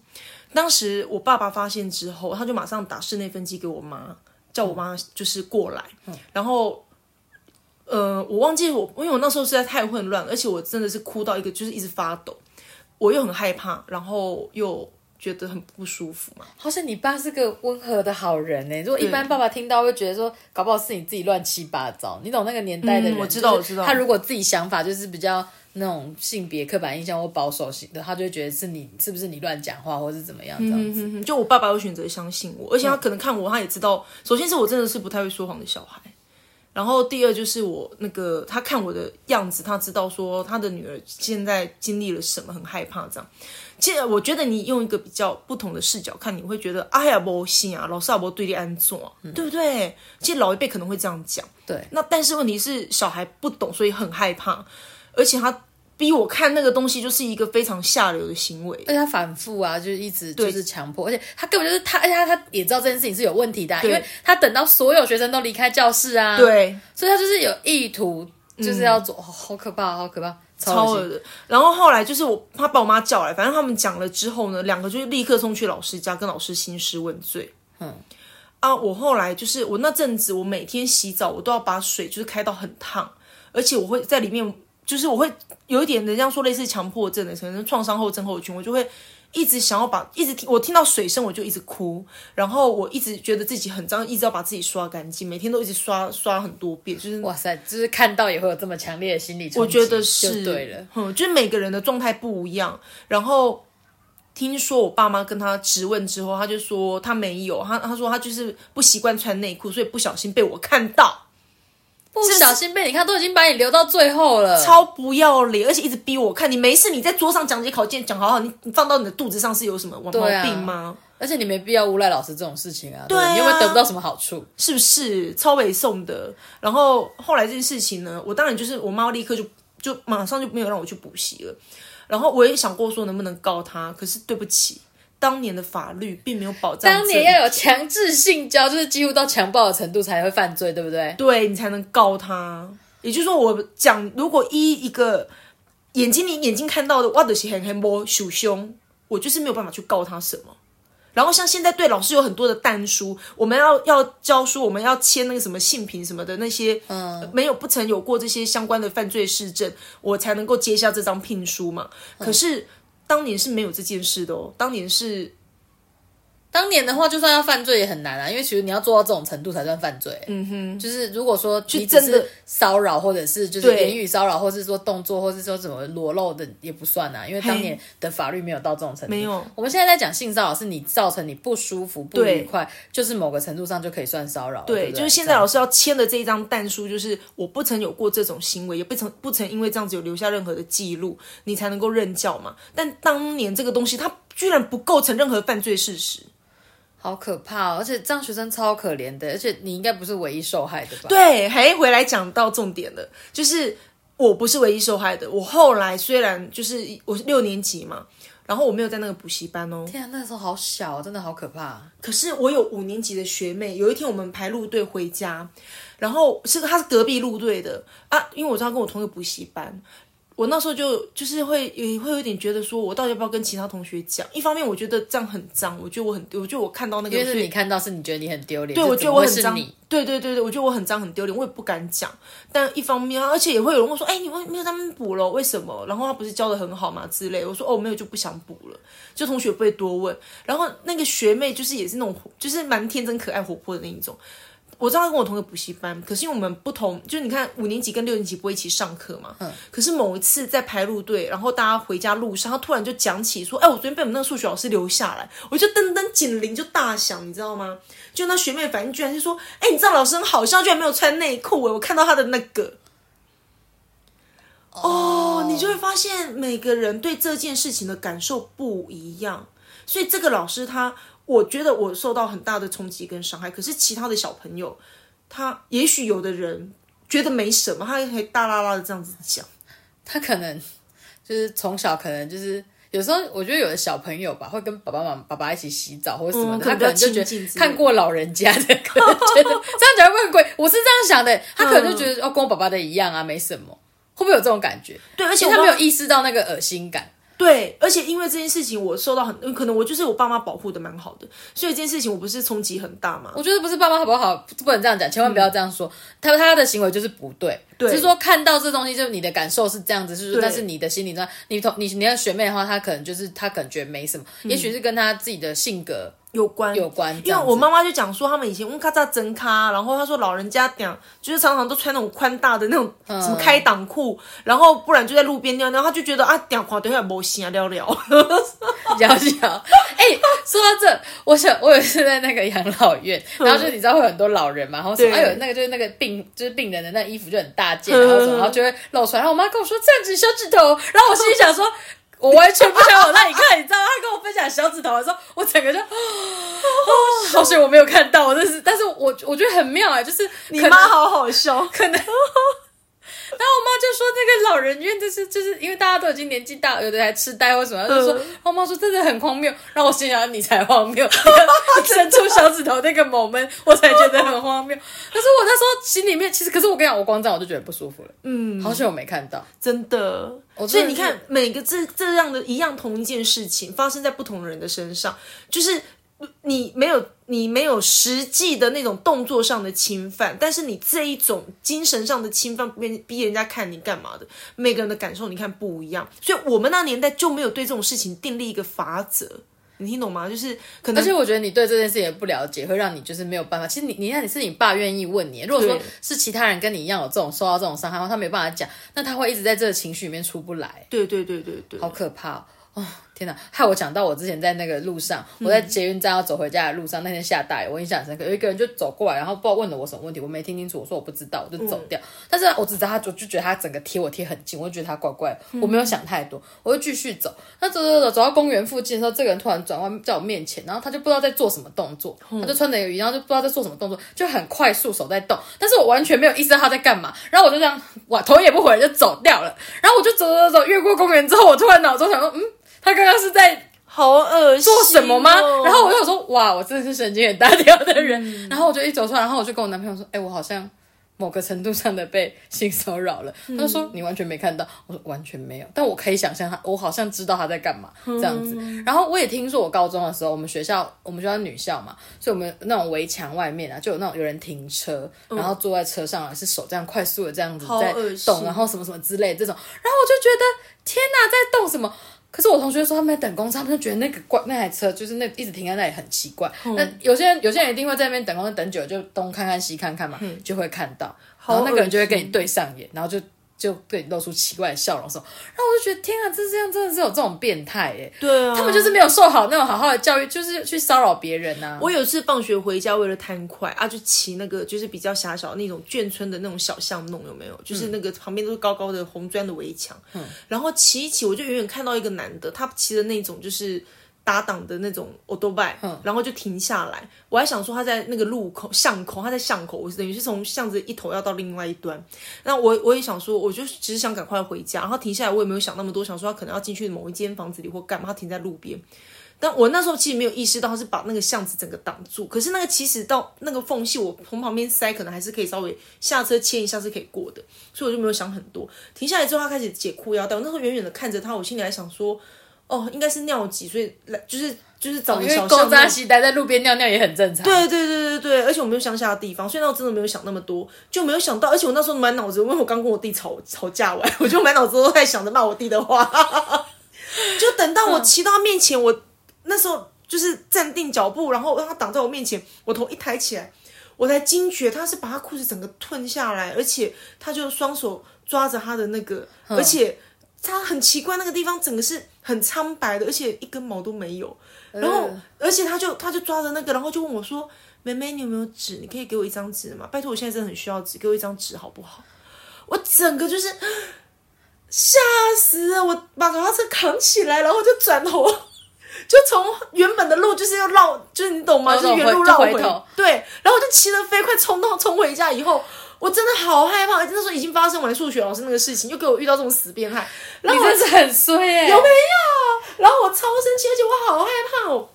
Speaker 1: 当时我爸爸发现之后，他就马上打室内分机给我妈，叫我妈就是过来，
Speaker 2: 嗯
Speaker 1: 然后。呃，我忘记我，因为我那时候实在太混乱了，而且我真的是哭到一个就是一直发抖，我又很害怕，然后又觉得很不舒服嘛。
Speaker 2: 好像你爸是个温和的好人欸呢、如果一般爸爸听到会觉得说，搞不好是你自己乱七八糟。你懂那个年代的人，
Speaker 1: 嗯我知道
Speaker 2: 就是
Speaker 1: 我知道
Speaker 2: 他如果自己想法就是比较那种性别刻板印象或保守型的，他就会觉得是你是不是你乱讲话，或是怎么样这样子。
Speaker 1: 嗯哼，就我爸爸有选择相信我，而且他可能看我，他也知道，首先是我真的是不太会说谎的小孩，然后第二就是我那个他看我的样子，他知道说他的女儿现在经历了什么，很害怕这样。其实我觉得你用一个比较不同的视角看，你会觉得哎呀不行啊，老师阿伯对你安怎、啊，对不对？其实老一辈可能会这样讲，
Speaker 2: 对
Speaker 1: 那但是问题是小孩不懂，所以很害怕，而且他逼我看那个东西，就是一个非常下流的行为。
Speaker 2: 而且他反复啊，就是一直就是强迫，而且他根本就是他，而且他他也知道这件事情是有问题的啊、
Speaker 1: 对
Speaker 2: 因为他等到所有学生都离开教室啊，，
Speaker 1: 对，
Speaker 2: 所以他就是有意图，就是要做，哦好可怕，好可怕，超
Speaker 1: 超
Speaker 2: 恶
Speaker 1: 恶
Speaker 2: 心
Speaker 1: 的。然后后来就是我，他把我妈叫来，反正他们讲了之后呢，两个就是立刻送去老师家跟老师兴师问罪。
Speaker 2: 嗯
Speaker 1: 嗯，啊，我后来就是我那阵子，我每天洗澡，我都要把水就是开到很烫，而且我会在里面，就是我会有一点人家说类似强迫症的，可能创伤后症候群，我就会。一直想要把，一直听我听到水声我就一直哭，然后我一直觉得自己很脏，一直要把自己刷干净，每天都一直刷刷很多遍，就是
Speaker 2: 哇塞，就是看到也会有这么强烈的心理冲击，
Speaker 1: 我觉得是
Speaker 2: 就对了。，
Speaker 1: 嗯，就是每个人的状态不一样。然后听说我爸妈跟他质问之后，他就说他没有，他他说他就是不习惯穿内裤，所以不小心被我看到，
Speaker 2: 不小心被你看，都已经把你留到最后了。
Speaker 1: 超不要脸，而且一直逼我看。你没事，你在桌上讲解考卷讲好好，你你放到你的肚子上是有什么毛
Speaker 2: 对啊
Speaker 1: 病吗？
Speaker 2: 而且你没必要诬赖老师这种事情啊，对不对
Speaker 1: 对啊
Speaker 2: 你有没有得不到什么好处？
Speaker 1: 是不是超北宋的？然后后来这件事情呢，我当然就是我妈立刻就就马上就没有让我去补习了。然后我也想过说能不能告他，可是对不起，当年的法律并没有保障这。
Speaker 2: 当年要有强制性交，就是几乎到强暴的程度才会犯罪，对不对？
Speaker 1: 对你才能告他。也就是说，我讲如果依一个眼睛你眼睛看到的，哇的是很很摸属凶，我就是没有办法去告他什么。然后像现在对老师有很多的弹书，我们要要教书，我们要签那个什么性平什么的那些，嗯，没有不曾有过这些相关的犯罪事证，我才能够接下这张聘书嘛。可是当年是没有这件事的哦，当年是
Speaker 2: 当年的话，就算要犯罪也很难啊，因为其实你要做到这种程度才算犯罪。嗯哼，就是如果说你只
Speaker 1: 真的
Speaker 2: 是骚扰，或者是就是
Speaker 1: 对
Speaker 2: 言语骚扰，或是说动作，或是说什么裸露的也不算啊，因为当年的法律没有到这种程度。
Speaker 1: 没有
Speaker 2: 我们现在在讲性骚扰，是你造成你不舒服、不
Speaker 1: 对
Speaker 2: 愉快，就是某个程度上就可以算骚扰了。对
Speaker 1: 对，
Speaker 2: 不对，
Speaker 1: 就是现在老师要签的这一张弹书，就是我不曾有过这种行为，也不曾不曾因为这样子有留下任何的记录，你才能够任教嘛。但当年这个东西，它居然不构成任何犯罪事实。
Speaker 2: 好可怕、哦，而且这样学生超可怜的，而且你应该不是唯一受害的吧？
Speaker 1: 对，还回来讲到重点了，就是我不是唯一受害的。我后来虽然就是我是六年级嘛，然后我没有在那个补习班哦，
Speaker 2: 天啊，那时候好小，真的好可怕。
Speaker 1: 可是我有五年级的学妹，有一天我们排路队回家，啊然后是她是隔壁路队的啊，因为我知道她跟我同一个补习班，我那时候就就是会也会有点觉得说，我到底要不要跟其他同学讲？一方面我觉得这样很脏，我觉得我很我觉得我看到那个，
Speaker 2: 因为是
Speaker 1: 所以
Speaker 2: 你看到，是你觉得你很丢脸，
Speaker 1: 对，
Speaker 2: 就
Speaker 1: 我
Speaker 2: 怎
Speaker 1: 觉得
Speaker 2: 么
Speaker 1: 我
Speaker 2: 会
Speaker 1: 很
Speaker 2: 是
Speaker 1: 脏
Speaker 2: 你。
Speaker 1: 对对对对，我觉得我很脏很丢脸，我也不敢讲。但一方面，啊而且也会有人问说：“哎、你为没有在那边补了？为什么？”然后他不是教的很好嘛之类。我说：“哦，没有就不想补了。”就同学不会多问。然后那个学妹就是也是那种就是蛮天真可爱活泼的那一种。我知道她跟我同个补习班，可是因为我们不同，就是你看五年级跟六年级不会一起上课嘛。
Speaker 2: 嗯
Speaker 1: 可是某一次在排路队，然后大家回家路上，她突然就讲起说：“哎、我昨天被我们那个数学老师留下来。”我就噔噔警铃就大响，你知道吗？就那学妹反应居然是说：“哎、你知道老师很好笑，居然没有穿内裤、哎我看到她的那个。”哦，你就会发现每个人对这件事情的感受不一样，所以这个老师他，我觉得我受到很大的冲击跟伤害。可是其他的小朋友，他也许有的人觉得没什么，他还可以大啦啦的这样子讲。
Speaker 2: 他可能就是从小可能就是有时候我觉得有的小朋友吧，会跟爸爸妈妈、爸爸一起洗澡或者什么
Speaker 1: 嗯
Speaker 2: 的，
Speaker 1: 可
Speaker 2: 他
Speaker 1: 能
Speaker 2: 可能就
Speaker 1: 比
Speaker 2: 觉
Speaker 1: 较亲近
Speaker 2: 得
Speaker 1: 之类的
Speaker 2: 看过老人家的，可能觉得这 样讲会不会很怪？我是这样想的，他可
Speaker 1: 嗯
Speaker 2: 能就觉得哦，跟我爸爸的一样啊，没什么，会不会有这种感觉？
Speaker 1: 对，而且
Speaker 2: 其实
Speaker 1: 我
Speaker 2: 他没
Speaker 1: 忘
Speaker 2: 有意识到那个恶心感，
Speaker 1: 对，而且因为这件事情，我受到很嗯可能我就是我爸妈保护的蛮好的，所以这件事情我不是冲击很大嘛
Speaker 2: 我。觉得不是爸妈好不好，不能这样讲，千万不要这样说。他他的行为就是不对，只是说看到这东西，就是你的感受是这样子，就是说
Speaker 1: 对
Speaker 2: 但是你的心理状态，你同你你的学妹的话，她可能就是她可能觉得没什么，也许是跟她自己的性格
Speaker 1: 有关
Speaker 2: 有关
Speaker 1: 因
Speaker 2: 这样
Speaker 1: 为
Speaker 2: 子
Speaker 1: 我妈妈就讲说，他们以前问嗯咔嚓真咖，然后她说老人家讲，就是常常都穿那种宽大的那种
Speaker 2: 嗯
Speaker 1: 什么开裆裤，然后不然就在路边尿尿，她就觉得啊，讲垮等下没心啊聊聊。
Speaker 2: 摇摇。哎、说到这，我想我有一次在那个养老院，然后就你知道会有很多老人嘛，然后说
Speaker 1: 嗯对
Speaker 2: 哎呦那个就是那个病就是病人的那衣服就很大件，然后什
Speaker 1: 嗯
Speaker 2: 么，然后就会露出来。然后我妈跟我说这样子小指头，然后我心里想说。 我完全不想往那里看，你知道吗？她跟我分享小指头的时候，我整个就，哦、 好险我没有看到，我真是，但是我我觉得很妙哎、就是
Speaker 1: 你
Speaker 2: 可能
Speaker 1: 妈好好笑，
Speaker 2: 可能。然后我妈就说那个老人院就是就是因为大家都已经年纪大，有的还痴呆或什么，她就说，然后我妈说真的很荒谬。然后我心想你才荒谬，你伸出小指头那个 moment 我才觉得很荒谬。可是我那时候心里面其实，可是我跟你讲，我光这样我就觉得不舒服了。嗯，好险我没看到。
Speaker 1: 真的。
Speaker 2: 我
Speaker 1: 所以
Speaker 2: 真的
Speaker 1: 你
Speaker 2: 是
Speaker 1: 看，每个这这样的一样同一件事情发生在不同人的身上，就是你没有你没有实际的那种动作上的侵犯，但是你这一种精神上的侵犯，逼逼人家看你干嘛的，每个人的感受你看不一样，所以我们那年代就没有对这种事情订立一个法则，你听懂吗？就是可
Speaker 2: 而且
Speaker 1: 能
Speaker 2: 我觉得你对这件事也不了解，会让你就是没有办法。其实你，你看你是你爸愿意问你，如果说
Speaker 1: 对
Speaker 2: 是其他人跟你一样有这种受到这种伤害的话，他没办法讲，那他会一直在这个情绪里面出不来。
Speaker 1: 对对对对对，
Speaker 2: 好可怕哦！哦天哪，害我想到我之前在那个路上，我在捷运站要走回家的路上，那天下大雨，我印象很深刻。有一个人就走过来，然后不知道问了我什么问题，我没听清楚，我说我不知道，我就走掉。但是我只知道他，我就觉得他整个贴我贴很近，我就觉得他怪怪的，我没有想太多，我就继续走。那走走走走到公园附近的时候，这个人突然转弯在我面前，然后他就不知道在做什么动作，他就穿着雨衣，然后就不知道在做什么动作，就很快速手在动，但是我完全没有意识到他在干嘛，然后我就这样，哇，头也不回就走掉了。然后我就走走走，越过公园之后，我突然脑中想说，嗯，他刚刚是在
Speaker 1: 好恶心、
Speaker 2: 做什么吗？
Speaker 1: 哦
Speaker 2: 然后我就想说，哇，我真的是神经很大条的人。
Speaker 1: 嗯
Speaker 2: 然后我就一走出来，然后我就跟我男朋友说，哎、我好像某个程度上的被性骚扰了。
Speaker 1: 嗯
Speaker 2: 他说你完全没看到，我说完全没有，但我可以想象他，我好像知道他在干嘛
Speaker 1: 嗯
Speaker 2: 这样子。然后我也听说，我高中的时候，我们学校我们学校女校嘛，所以我们那种围墙外面啊，就有那种有人停车，然后坐在车上啊，是手这样快速的这样子
Speaker 1: 嗯好
Speaker 2: 在
Speaker 1: 恶心
Speaker 2: 动，然后什么什么之类的这种，然后我就觉得天哪，在动什么？可是我同学说他们在等公车，他们就觉得那个怪那台车就是那一直停在那里很奇怪。
Speaker 1: 嗯
Speaker 2: 那、有些人有些人一定会在那边等公车等久，就东看看西看看嘛，
Speaker 1: 嗯
Speaker 2: 就会看到，然后那个人就会跟你对上眼，然后就就对你露出奇怪的笑容什么。然后我就觉得天啊，这世界上真的是有这种变态耶、
Speaker 1: 对啊，
Speaker 2: 他们就是没有受好那种好好的教育，就是去骚扰别人呐、啊。
Speaker 1: 我有一次放学回家，为了贪快啊，就骑那个就是比较狭小的那种眷村的那种小巷弄，有没有？就是那个旁边都是高高的红砖的围墙，然后骑一骑，我就远远看到一个男的，他骑的那种就是。搭档的那种 o d o b i 然后就停下来。我还想说他在那个路口巷口，他在巷口，我等于是从巷子一头要到另外一端。那我我也想说，我就只是想赶快回家，然后停下来，我也没有想那么多，想说他可能要进去某一间房子里或干嘛，他停在路边。但我那时候其实没有意识到，他是把那个巷子整个挡住。可是那个其实到那个缝隙，我从旁边塞，可能还是可以稍微下车牵一下是可以过的，所以我就没有想很多。停下来之后，他开始解裤腰带。我那时候远远的看着他，我心里还想说，哦，应该是尿急，所以来就是就是找个
Speaker 2: 哦因
Speaker 1: 小巷
Speaker 2: 为公扎
Speaker 1: 弄
Speaker 2: 西待在路边尿尿也很正常。
Speaker 1: 对对对对对，而且我没有乡下的地方，所以那我真的没有想那么多，就没有想到。而且我那时候满脑子，因为我刚跟我弟吵吵架完，我就满脑子都在想着骂我弟的话。 就等到我骑到他面前，我那时候就是站定脚步，然后让他挡在我面前，我头一抬起来，我才惊觉他是把他裤子整个吞下来，而且他就双手抓着他的那个，而且他很奇怪，那个地方整个是很苍白的，而且一根毛都没有。
Speaker 2: 嗯
Speaker 1: 然后，而且他就他就抓着那个，然后就问我说：“妹妹，你有没有纸？你可以给我一张纸吗？拜托，我现在真的很需要纸，给我一张纸好不好？”我整个就是吓死了，我把脚踏车扛起来，然后就转头， 就从原本的路就是要绕，就是你懂吗？
Speaker 2: 我
Speaker 1: 就
Speaker 2: 懂
Speaker 1: 是原路
Speaker 2: 哦回
Speaker 1: 绕
Speaker 2: 就回
Speaker 1: 回
Speaker 2: 头，
Speaker 1: 对，然后我就骑着飞快冲到冲回家以后。我真的好害怕，而且那时候已经发生完数学老师那个事情，又给我遇到这种死变态，然
Speaker 2: 你
Speaker 1: 后我
Speaker 2: 真是很衰耶、欸
Speaker 1: 有没有？然后我超生气，而且我好害怕哦。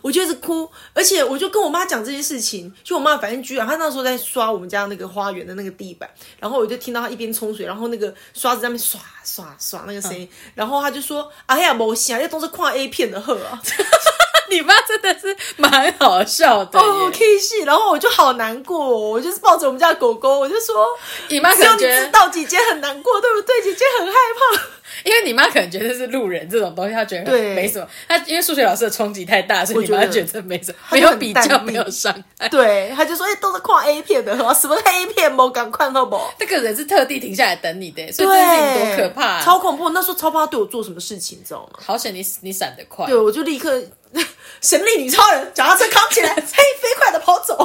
Speaker 1: 我就一直哭，而且我就跟我妈讲这件事情，就我妈反正居然她那时候在刷我们家那个花园的那个地板，然后我就听到她一边冲水，然后那个刷子在那边刷刷刷那个声音，然后她就说：“哎呀，没想，这都是看 A 片的货啊。”
Speaker 2: 你妈真的是蛮好笑的耶。
Speaker 1: 哦，K 系，然后我就好难过、哦，我就是抱着我们家的狗狗，我就说，
Speaker 2: 你妈
Speaker 1: 只
Speaker 2: 可
Speaker 1: 有
Speaker 2: 能
Speaker 1: 你
Speaker 2: 觉
Speaker 1: 知
Speaker 2: 得，
Speaker 1: 道姐姐很难过，对不对？姐姐很害怕。
Speaker 2: 因为你妈可能觉得是路人这种东西，她觉得
Speaker 1: 对
Speaker 2: 没什么。她因为数学老师的冲击太大，所以
Speaker 1: 我
Speaker 2: 你
Speaker 1: 觉
Speaker 2: 妈
Speaker 1: 得
Speaker 2: 觉得没什么，
Speaker 1: 她
Speaker 2: 没
Speaker 1: 就
Speaker 2: 有
Speaker 1: 很
Speaker 2: 比
Speaker 1: 淡
Speaker 2: 较，
Speaker 1: 定
Speaker 2: 没有伤害。
Speaker 1: 对，他就说，哎、都是看 A 片的，什么 A 片不赶快好不好？
Speaker 2: 那个人是特地停下来等你的，所
Speaker 1: 对
Speaker 2: 以这件事情多可怕、啊！
Speaker 1: 超恐怖！那时候超怕他对我做什么事情，你知道吗？
Speaker 2: 好险你你闪得快
Speaker 1: 对，，我就立刻神力女超人，脚踏车扛起来，嘿，飞快的跑 走，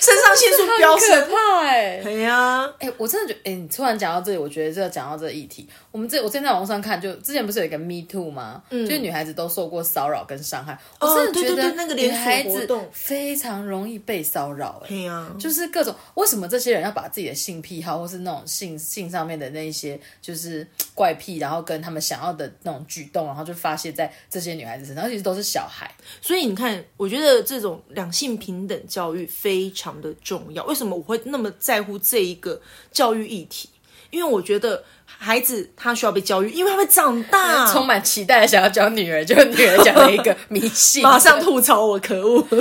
Speaker 1: 肾上腺素飙
Speaker 2: 很可
Speaker 1: 升。
Speaker 2: 怕哎、
Speaker 1: 哎呀，
Speaker 2: 哎、我真的觉得，哎、你突然讲到这里，我觉得这讲到这个议题，我们这我之前在网上看，就之前不是有一个 Me Too 吗？就是女孩子都受过骚扰跟伤害，
Speaker 1: 嗯哦
Speaker 2: 我真的
Speaker 1: 对
Speaker 2: 觉
Speaker 1: 对
Speaker 2: 得
Speaker 1: 对那个
Speaker 2: 女
Speaker 1: 连锁
Speaker 2: 孩
Speaker 1: 活
Speaker 2: 子
Speaker 1: 动
Speaker 2: 非常容易被骚扰、
Speaker 1: 哎
Speaker 2: 哎、
Speaker 1: 呀，
Speaker 2: 就是各种为什么这些人要把自己的性癖好，或是那种性性上面的那一些就是嘖怪癖，然后跟他们想要的那种举动，然后就发泄在这些女孩子身上，而且都是小孩。
Speaker 1: 所以你看，我觉得这种两性平等教育非常的重要。为什么我会那么在乎这一个教育议题？因为我觉得孩子他需要被教育，因为他会长大。
Speaker 2: 充满期待想要教女儿，就女儿讲了一个迷 信，
Speaker 1: 马上吐槽我，可恶！
Speaker 2: 就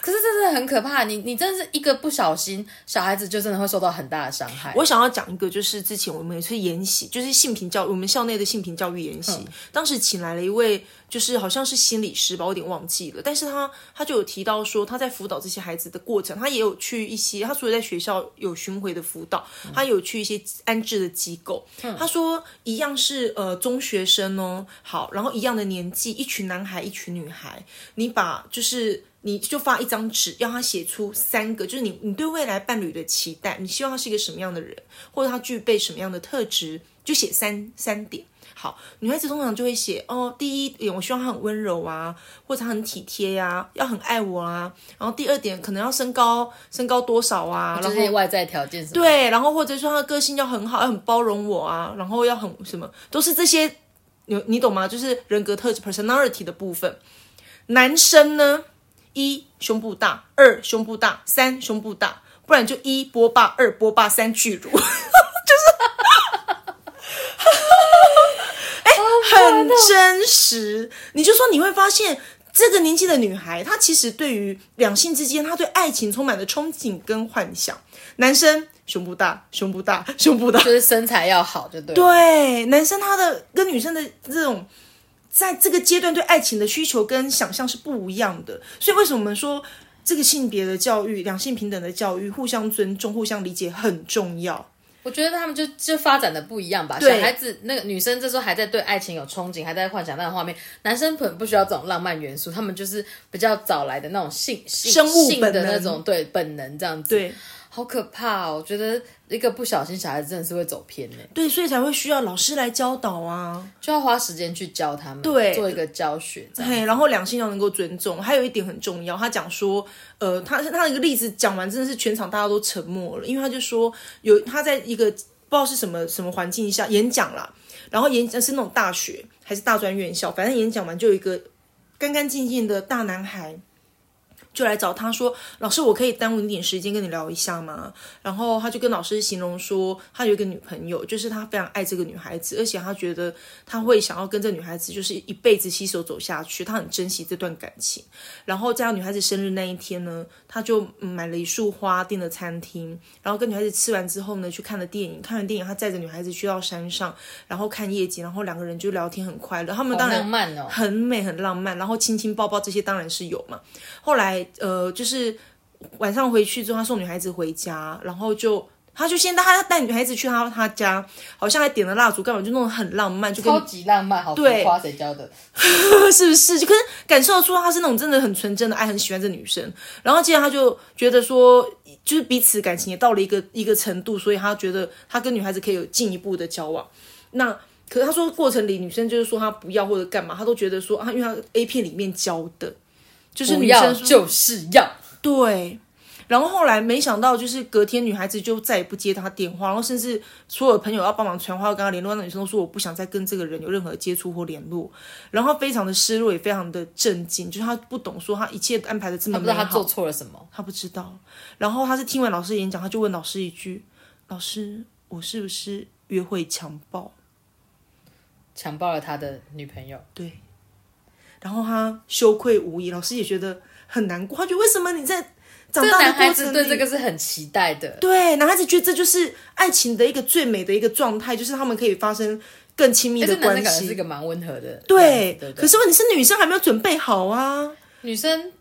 Speaker 2: 可是真的很可怕，你你真的是一个不小心，小孩子就真的会受到很大的伤害。
Speaker 1: 我想要讲一个，就是之前我们有一次研习，就是性平教，我们校内的性平教育研习，当时请来了一位，就是好像是心理师吧，我有点忘记了，但是他他就有提到说，他在辅导这些孩子的过程，他也有去一些，他除了在学校有巡回的辅导，他有去一些安置的机构，他说一样是呃中学生哦，好，然后一样的年纪，一群男孩，一群女孩，你把就是你就发一张纸，让他写出三个，就是你你对未来伴侣的期待，你希望他是一个什么样的人，或者他具备什么样的特质，就写三三点。好，女孩子通常就会写哦，第一点，我希望他很温柔啊，或者他很体贴呀、要很爱我啊。然后第二点，可能要身高身高多少啊，然
Speaker 2: 哦就
Speaker 1: 后
Speaker 2: 是外在条件什么，，
Speaker 1: 对，然后或者说他的个性要很好，要很包容我啊，然后要很什么，都是这些，你你懂吗？就是人格特质 （personality） 的部分。男生呢，一胸部大，二胸部大，三胸部大，不然就一波霸，二波霸，三巨乳， 就是，哎、很真实。你就说你会发现。这个年纪的女孩，她其实对于两性之间，她对爱情充满了憧憬跟幻想。男生胸部大，胸部大，胸部大
Speaker 2: 就，是身材要好，就对。，
Speaker 1: 对，男生他的跟女生的这种，在这个阶段对爱情的需求跟想象是不一样的，所以为什么我们说这个性别的教育、两性平等的教育、互相尊重、互相理解很重要？
Speaker 2: 我觉得他们就就发展的不一样吧。小
Speaker 1: 对
Speaker 2: 孩子那个女生这时候还在对爱情有憧憬，还在幻想那个画面，男生可能不需要这种浪漫元素，他们就是比较早来的那种性性
Speaker 1: 生物
Speaker 2: 性
Speaker 1: 本
Speaker 2: 的那
Speaker 1: 能
Speaker 2: 种对本能这样子。，
Speaker 1: 对
Speaker 2: 好可怕哦！我觉得一个不小心，小孩子真的是会走偏的，
Speaker 1: 对，所以才会需要老师来教导啊。
Speaker 2: 就要花时间去教他们，
Speaker 1: 对
Speaker 2: 做一个教学这样。
Speaker 1: 对，然后两性要能够尊重，还有一点很重要。他讲说，呃，他他那个例子讲完，真的是全场大家都沉默了，因为他就说有他在一个不知道是什么什么环境下演讲啦，然后演讲是那种大学还是大专院校，反正演讲完就有一个干干净净的大男孩。就来找他说：“老师，我可以耽误你点时间跟你聊一下吗？”然后他就跟老师形容说，他有一个女朋友，就是他非常爱这个女孩子，而且他觉得他会想要跟这女孩子就是一辈子携手走下去，他很珍惜这段感情。然后在他女孩子生日那一天呢，他就嗯买了一束花，订了餐厅，然后跟女孩子吃完之后呢，去看了电影。看完电影，他载着女孩子去到山上，然后看夜景，然后两个人就聊天，很快乐。他们当然
Speaker 2: 好浪漫哦
Speaker 1: 很美，很浪漫。然后亲亲抱抱这些当然是有嘛。后来呃，就是晚上回去之后，他送女孩子回家，然后就。他就先带他带女孩子去他他家，好像还点了蜡烛，干嘛就弄得很浪漫，就跟
Speaker 2: 超级浪漫，好浮
Speaker 1: 对
Speaker 2: 夸，谁教的？
Speaker 1: 是不是？就可是感受得出他是那种真的很纯真的爱，很喜欢这女生。然后接着他就觉得说，就是彼此感情也到了一个一个程度，所以他觉得他跟女孩子可以有进一步的交往。那可是他说过程里女生就是说他不要或者干嘛，他都觉得说啊，因为他 A 片里面教的，就是
Speaker 2: 不
Speaker 1: 女
Speaker 2: 要
Speaker 1: 生说
Speaker 2: 就是要，
Speaker 1: 对。然后后来没想到，就是隔天女孩子就再也不接他电话，然后甚至所有朋友要帮忙传话要跟他联络，那女生都说我不想再跟这个人有任何接触或联络。然后她非常的失落，也非常的震惊，就是她不懂说她一切安排的这么
Speaker 2: 不
Speaker 1: 美
Speaker 2: 知
Speaker 1: 好，
Speaker 2: 道他做错了什么。
Speaker 1: 他不知道。然后他是听完老师演讲，他就问老师一句：“老师，我是不是约会强暴
Speaker 2: 强暴了他的女朋友，？”
Speaker 1: 对。然后他羞愧无疑，老师也觉得很难过。他觉得为什么你在长
Speaker 2: 这个
Speaker 1: 大
Speaker 2: 男
Speaker 1: 的
Speaker 2: 孩
Speaker 1: 过
Speaker 2: 子
Speaker 1: 程
Speaker 2: 对这
Speaker 1: 里，
Speaker 2: 个是很期待的，
Speaker 1: 对男孩子觉得这就是爱情的一个最美的一个状态，就是他们可以发生更亲密
Speaker 2: 但
Speaker 1: 的
Speaker 2: 是男生
Speaker 1: 关
Speaker 2: 感觉是一
Speaker 1: 系。
Speaker 2: 个蛮温和的，
Speaker 1: 对，
Speaker 2: 对不
Speaker 1: 可
Speaker 2: 对
Speaker 1: 是问题是女生还没有准备好啊，
Speaker 2: 女生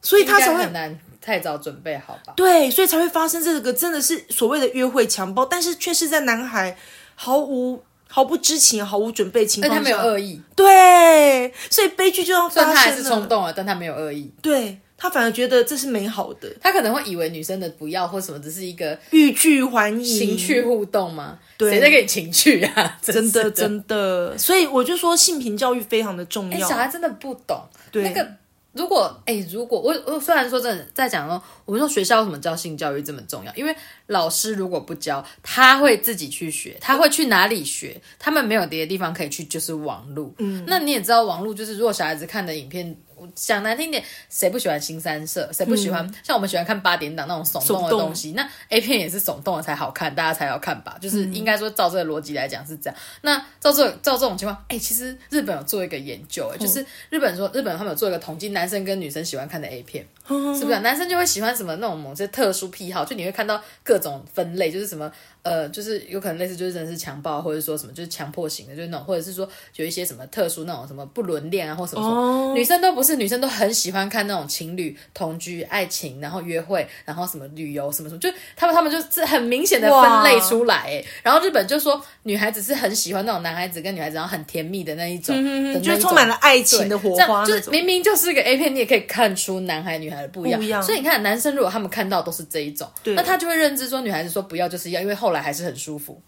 Speaker 1: 所以
Speaker 2: 应
Speaker 1: 他才
Speaker 2: 该
Speaker 1: 会
Speaker 2: 很难太早准备好吧？
Speaker 1: 对，所以才会发生这个真的是所谓的约会强暴，但是却是在男孩毫无毫不知情、毫无准备情
Speaker 2: 而且
Speaker 1: 况
Speaker 2: 哎他
Speaker 1: 下，
Speaker 2: 没有恶意，
Speaker 1: 对，所以悲剧就要
Speaker 2: 虽然
Speaker 1: 发
Speaker 2: 他还
Speaker 1: 生
Speaker 2: 是
Speaker 1: 了。
Speaker 2: 冲动了，但他没有恶意。
Speaker 1: 对他反而觉得这是美好的，
Speaker 2: 他可能会以为女生的不要或什么只是一个
Speaker 1: 欲拒还迎，
Speaker 2: 情趣互动
Speaker 1: 嗯
Speaker 2: 吗？
Speaker 1: 对
Speaker 2: 谁在跟你情趣啊？
Speaker 1: 真
Speaker 2: 的
Speaker 1: 的真的，所以我就说性平教育非常的重
Speaker 2: 哎、
Speaker 1: 要。
Speaker 2: 小孩真的不懂
Speaker 1: 对
Speaker 2: 那个。如果哎、如果我我虽然说真的在讲哦，我们说学校为什么教性教育这么重要？因为老师如果不教，他会自己去学，他会去哪里学？他们没有别的地方可以去，就是网路。嗯，那你也知道，网路就是如果小孩子看的影片，我讲难听点，谁不喜欢新三社？谁不喜欢？像我们喜欢看八点档那种耸
Speaker 1: 嗯
Speaker 2: 动
Speaker 1: 耸
Speaker 2: 的
Speaker 1: 动
Speaker 2: 东西，那 A 片也是耸动的才好看，大家才要看吧？就是应该说照这个逻辑来讲是这样。那照这照这种情况，哎、其实日本有做一个研究、哎就是日本说日本他们有做一个统计，男生跟女生喜欢看的 A 片，是
Speaker 1: 嗯
Speaker 2: 不是啊、男生就会喜欢什么那种某些特殊癖好，就你会看到各种分类，就是什么呃，就是有可能类似就是真的是强暴，或者说什么就是强迫型的，就是那种，或者是说有一些什么特殊那种什么不伦恋啊，或什么什么。
Speaker 1: 哦
Speaker 2: 女生都不是，女生都很喜欢看那种情侣同居、爱情，然后约会，然后什么旅游什么什么，就他们他们就是很明显的分类出来、哎然后日本就说女孩子是很喜欢那种男孩子跟女孩子，然后很甜蜜的那一种，的那一
Speaker 1: 嗯就
Speaker 2: 种
Speaker 1: 是充满了爱情
Speaker 2: 对
Speaker 1: 的火
Speaker 2: 这样
Speaker 1: 花
Speaker 2: 就
Speaker 1: 那
Speaker 2: 是
Speaker 1: 种。
Speaker 2: 明明就是个 A 片，你也可以看出男孩女孩的不一样。
Speaker 1: 不一样
Speaker 2: 所以你看，男生如果他们看到都是这一种，
Speaker 1: 对
Speaker 2: 那他就会认知说女孩子说不要就是要，因为后来还是很舒服。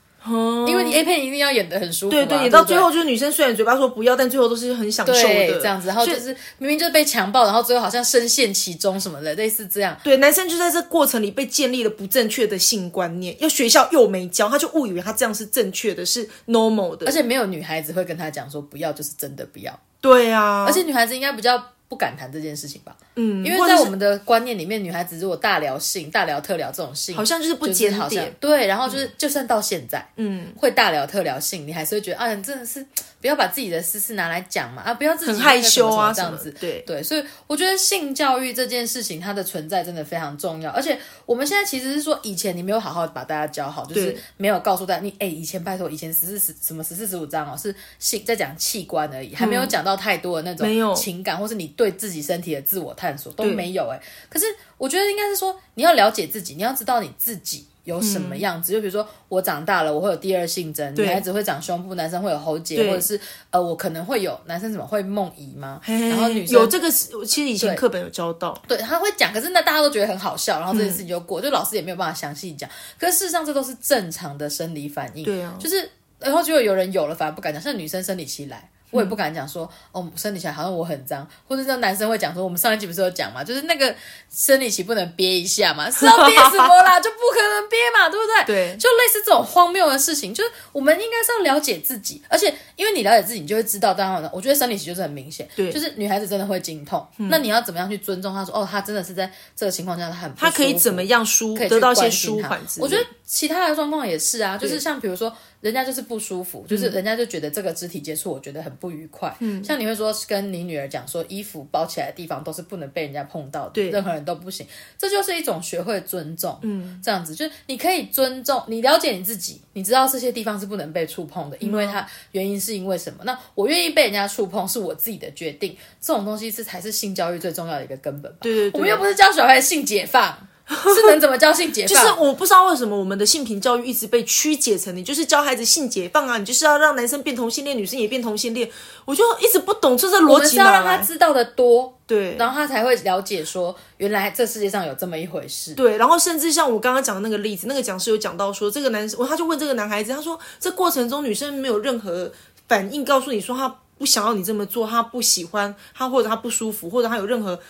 Speaker 2: 因为你 A 片一定要演的很舒服嘛，
Speaker 1: 嗯
Speaker 2: 啊
Speaker 1: 对
Speaker 2: 对
Speaker 1: 对，
Speaker 2: 不
Speaker 1: 你
Speaker 2: 对，
Speaker 1: 到最后就是女生虽然嘴巴说不要，但最后都是很享受
Speaker 2: 对
Speaker 1: 的
Speaker 2: 这样子，然后就
Speaker 1: 所以
Speaker 2: 是明明就是被强暴，然后最后好像深陷其中什么的，类似这样。
Speaker 1: 对，男生就在这过程里被建立了不正确的性观念，又学校又没教，他就误以为他这样是正确的，是 normal 的。
Speaker 2: 而且没有女孩子会跟他讲说不要，就是真的不要。
Speaker 1: 对啊，
Speaker 2: 而且女孩子应该比较不敢谈这件事情吧？
Speaker 1: 嗯，
Speaker 2: 因
Speaker 1: 或
Speaker 2: 为
Speaker 1: 者
Speaker 2: 在
Speaker 1: 是
Speaker 2: 我们的观念里面，女孩子如果大聊性、大聊特聊这种性，
Speaker 1: 好像就是不
Speaker 2: 就是
Speaker 1: 检
Speaker 2: 好像
Speaker 1: 点，嗯
Speaker 2: 对，然后就是、就算到现在，嗯，会大聊特聊性，你还是会觉得啊，你真的是不要把自己的私事拿来讲嘛，啊，不要自己
Speaker 1: 很害
Speaker 2: 那个什
Speaker 1: 羞
Speaker 2: 么什么
Speaker 1: 啊
Speaker 2: 这
Speaker 1: 什
Speaker 2: 样
Speaker 1: 么
Speaker 2: 子，
Speaker 1: 的对
Speaker 2: 对，所以我觉得性教育这件事情它的存在真的非常重要，而且我们现在其实是说以前你没有好好把大家教好，就是
Speaker 1: 对
Speaker 2: 没有告诉大家你哎、以前拜托以前十四十什么十四十五章哦是性在讲器官而已，还没有讲到太多的
Speaker 1: 嗯
Speaker 2: 那
Speaker 1: 没有
Speaker 2: 种情感、或是你对自己身体的自我探索都
Speaker 1: 对
Speaker 2: 没有哎、可是我觉得应该是说，你要了解自己，你要知道你自己有什么样子。就比如说，我长大了，我会有第二性征，
Speaker 1: 嗯对
Speaker 2: 女孩子会长胸部，男生会有喉结，
Speaker 1: 对
Speaker 2: 或者是呃，我可能会有男生怎么会梦遗吗？
Speaker 1: 嘿
Speaker 2: 然后女生
Speaker 1: 哎有这个是，其实以前
Speaker 2: 对
Speaker 1: 课本有教到，
Speaker 2: 对，他会讲，可是那大家都觉得很好笑，然后这件事情就
Speaker 1: 嗯
Speaker 2: 过，就老师也没有办法详细讲。可是事实上，这都是正常的生理反应，
Speaker 1: 对啊
Speaker 2: 就是然后结果有人有了，反而不敢讲，像女生生理期来。我也不敢讲说，
Speaker 1: 嗯
Speaker 2: 哦，生理期来好像我很脏，或者像男生会讲说，我们上一集不是有讲嘛，就是那个生理期不能憋一下嘛，是要憋什么啦， 就不可能憋嘛，对不对？
Speaker 1: 对
Speaker 2: 就类似这种荒谬的事情，就是我们应该是要了解自己，而且因为你了解自己，你就会知道，当然了，我觉得生理期就是很明显，
Speaker 1: 对嗯
Speaker 2: 就是女孩子真的会经痛，那你要怎么样去尊重她？说哦，她真的是在这个情况下她很不
Speaker 1: 他可以
Speaker 2: 舒服
Speaker 1: 怎么样舒
Speaker 2: 可以去
Speaker 1: 得到一些
Speaker 2: 关心
Speaker 1: 舒
Speaker 2: 她
Speaker 1: 缓之类
Speaker 2: 我
Speaker 1: 的？
Speaker 2: 觉得其他的状况也是啊，就是
Speaker 1: 对嗯
Speaker 2: 像比如说，人家就是不舒服，就是人家就觉得这个肢体接触我觉得很不愉快。嗯，像你会说跟你女儿讲说，衣服包起来的地方都是不能被人家碰到的，
Speaker 1: 对
Speaker 2: 任何人都不行。这就是一种学会尊重，嗯，这样子就是你可以尊重，你了解你自己，你知道这些地方是不能被触碰的，
Speaker 1: 嗯
Speaker 2: 因为它原因是因为什么？那我愿意被人家触碰是我自己的决定，这种东西是才是性教育最重要的一个根本吧。
Speaker 1: 对对对
Speaker 2: 我们又不是教小孩性解放。是能怎么教性解
Speaker 1: 就
Speaker 2: 放？
Speaker 1: 是我不知道为什么我们的性平教育一直被曲解成你就是教孩子性解放啊，你就是要让男生变同性恋，女生也变同性恋，我就一直不懂这个
Speaker 2: 我
Speaker 1: 逻
Speaker 2: 们是
Speaker 1: 辑
Speaker 2: 要
Speaker 1: 哪
Speaker 2: 让他
Speaker 1: 来。
Speaker 2: 知道的多，
Speaker 1: 对，
Speaker 2: 然后他才会了解说，原来这世界上有这么一回事。
Speaker 1: 对，然后甚至像我刚刚讲的那个例子，那个讲师有讲到说，这个男生，我他就问这个男孩子，他说这过程中女生没有任何反应，告诉你说她不想要你这么做，她不喜欢，她或者她不舒服，或者她有任何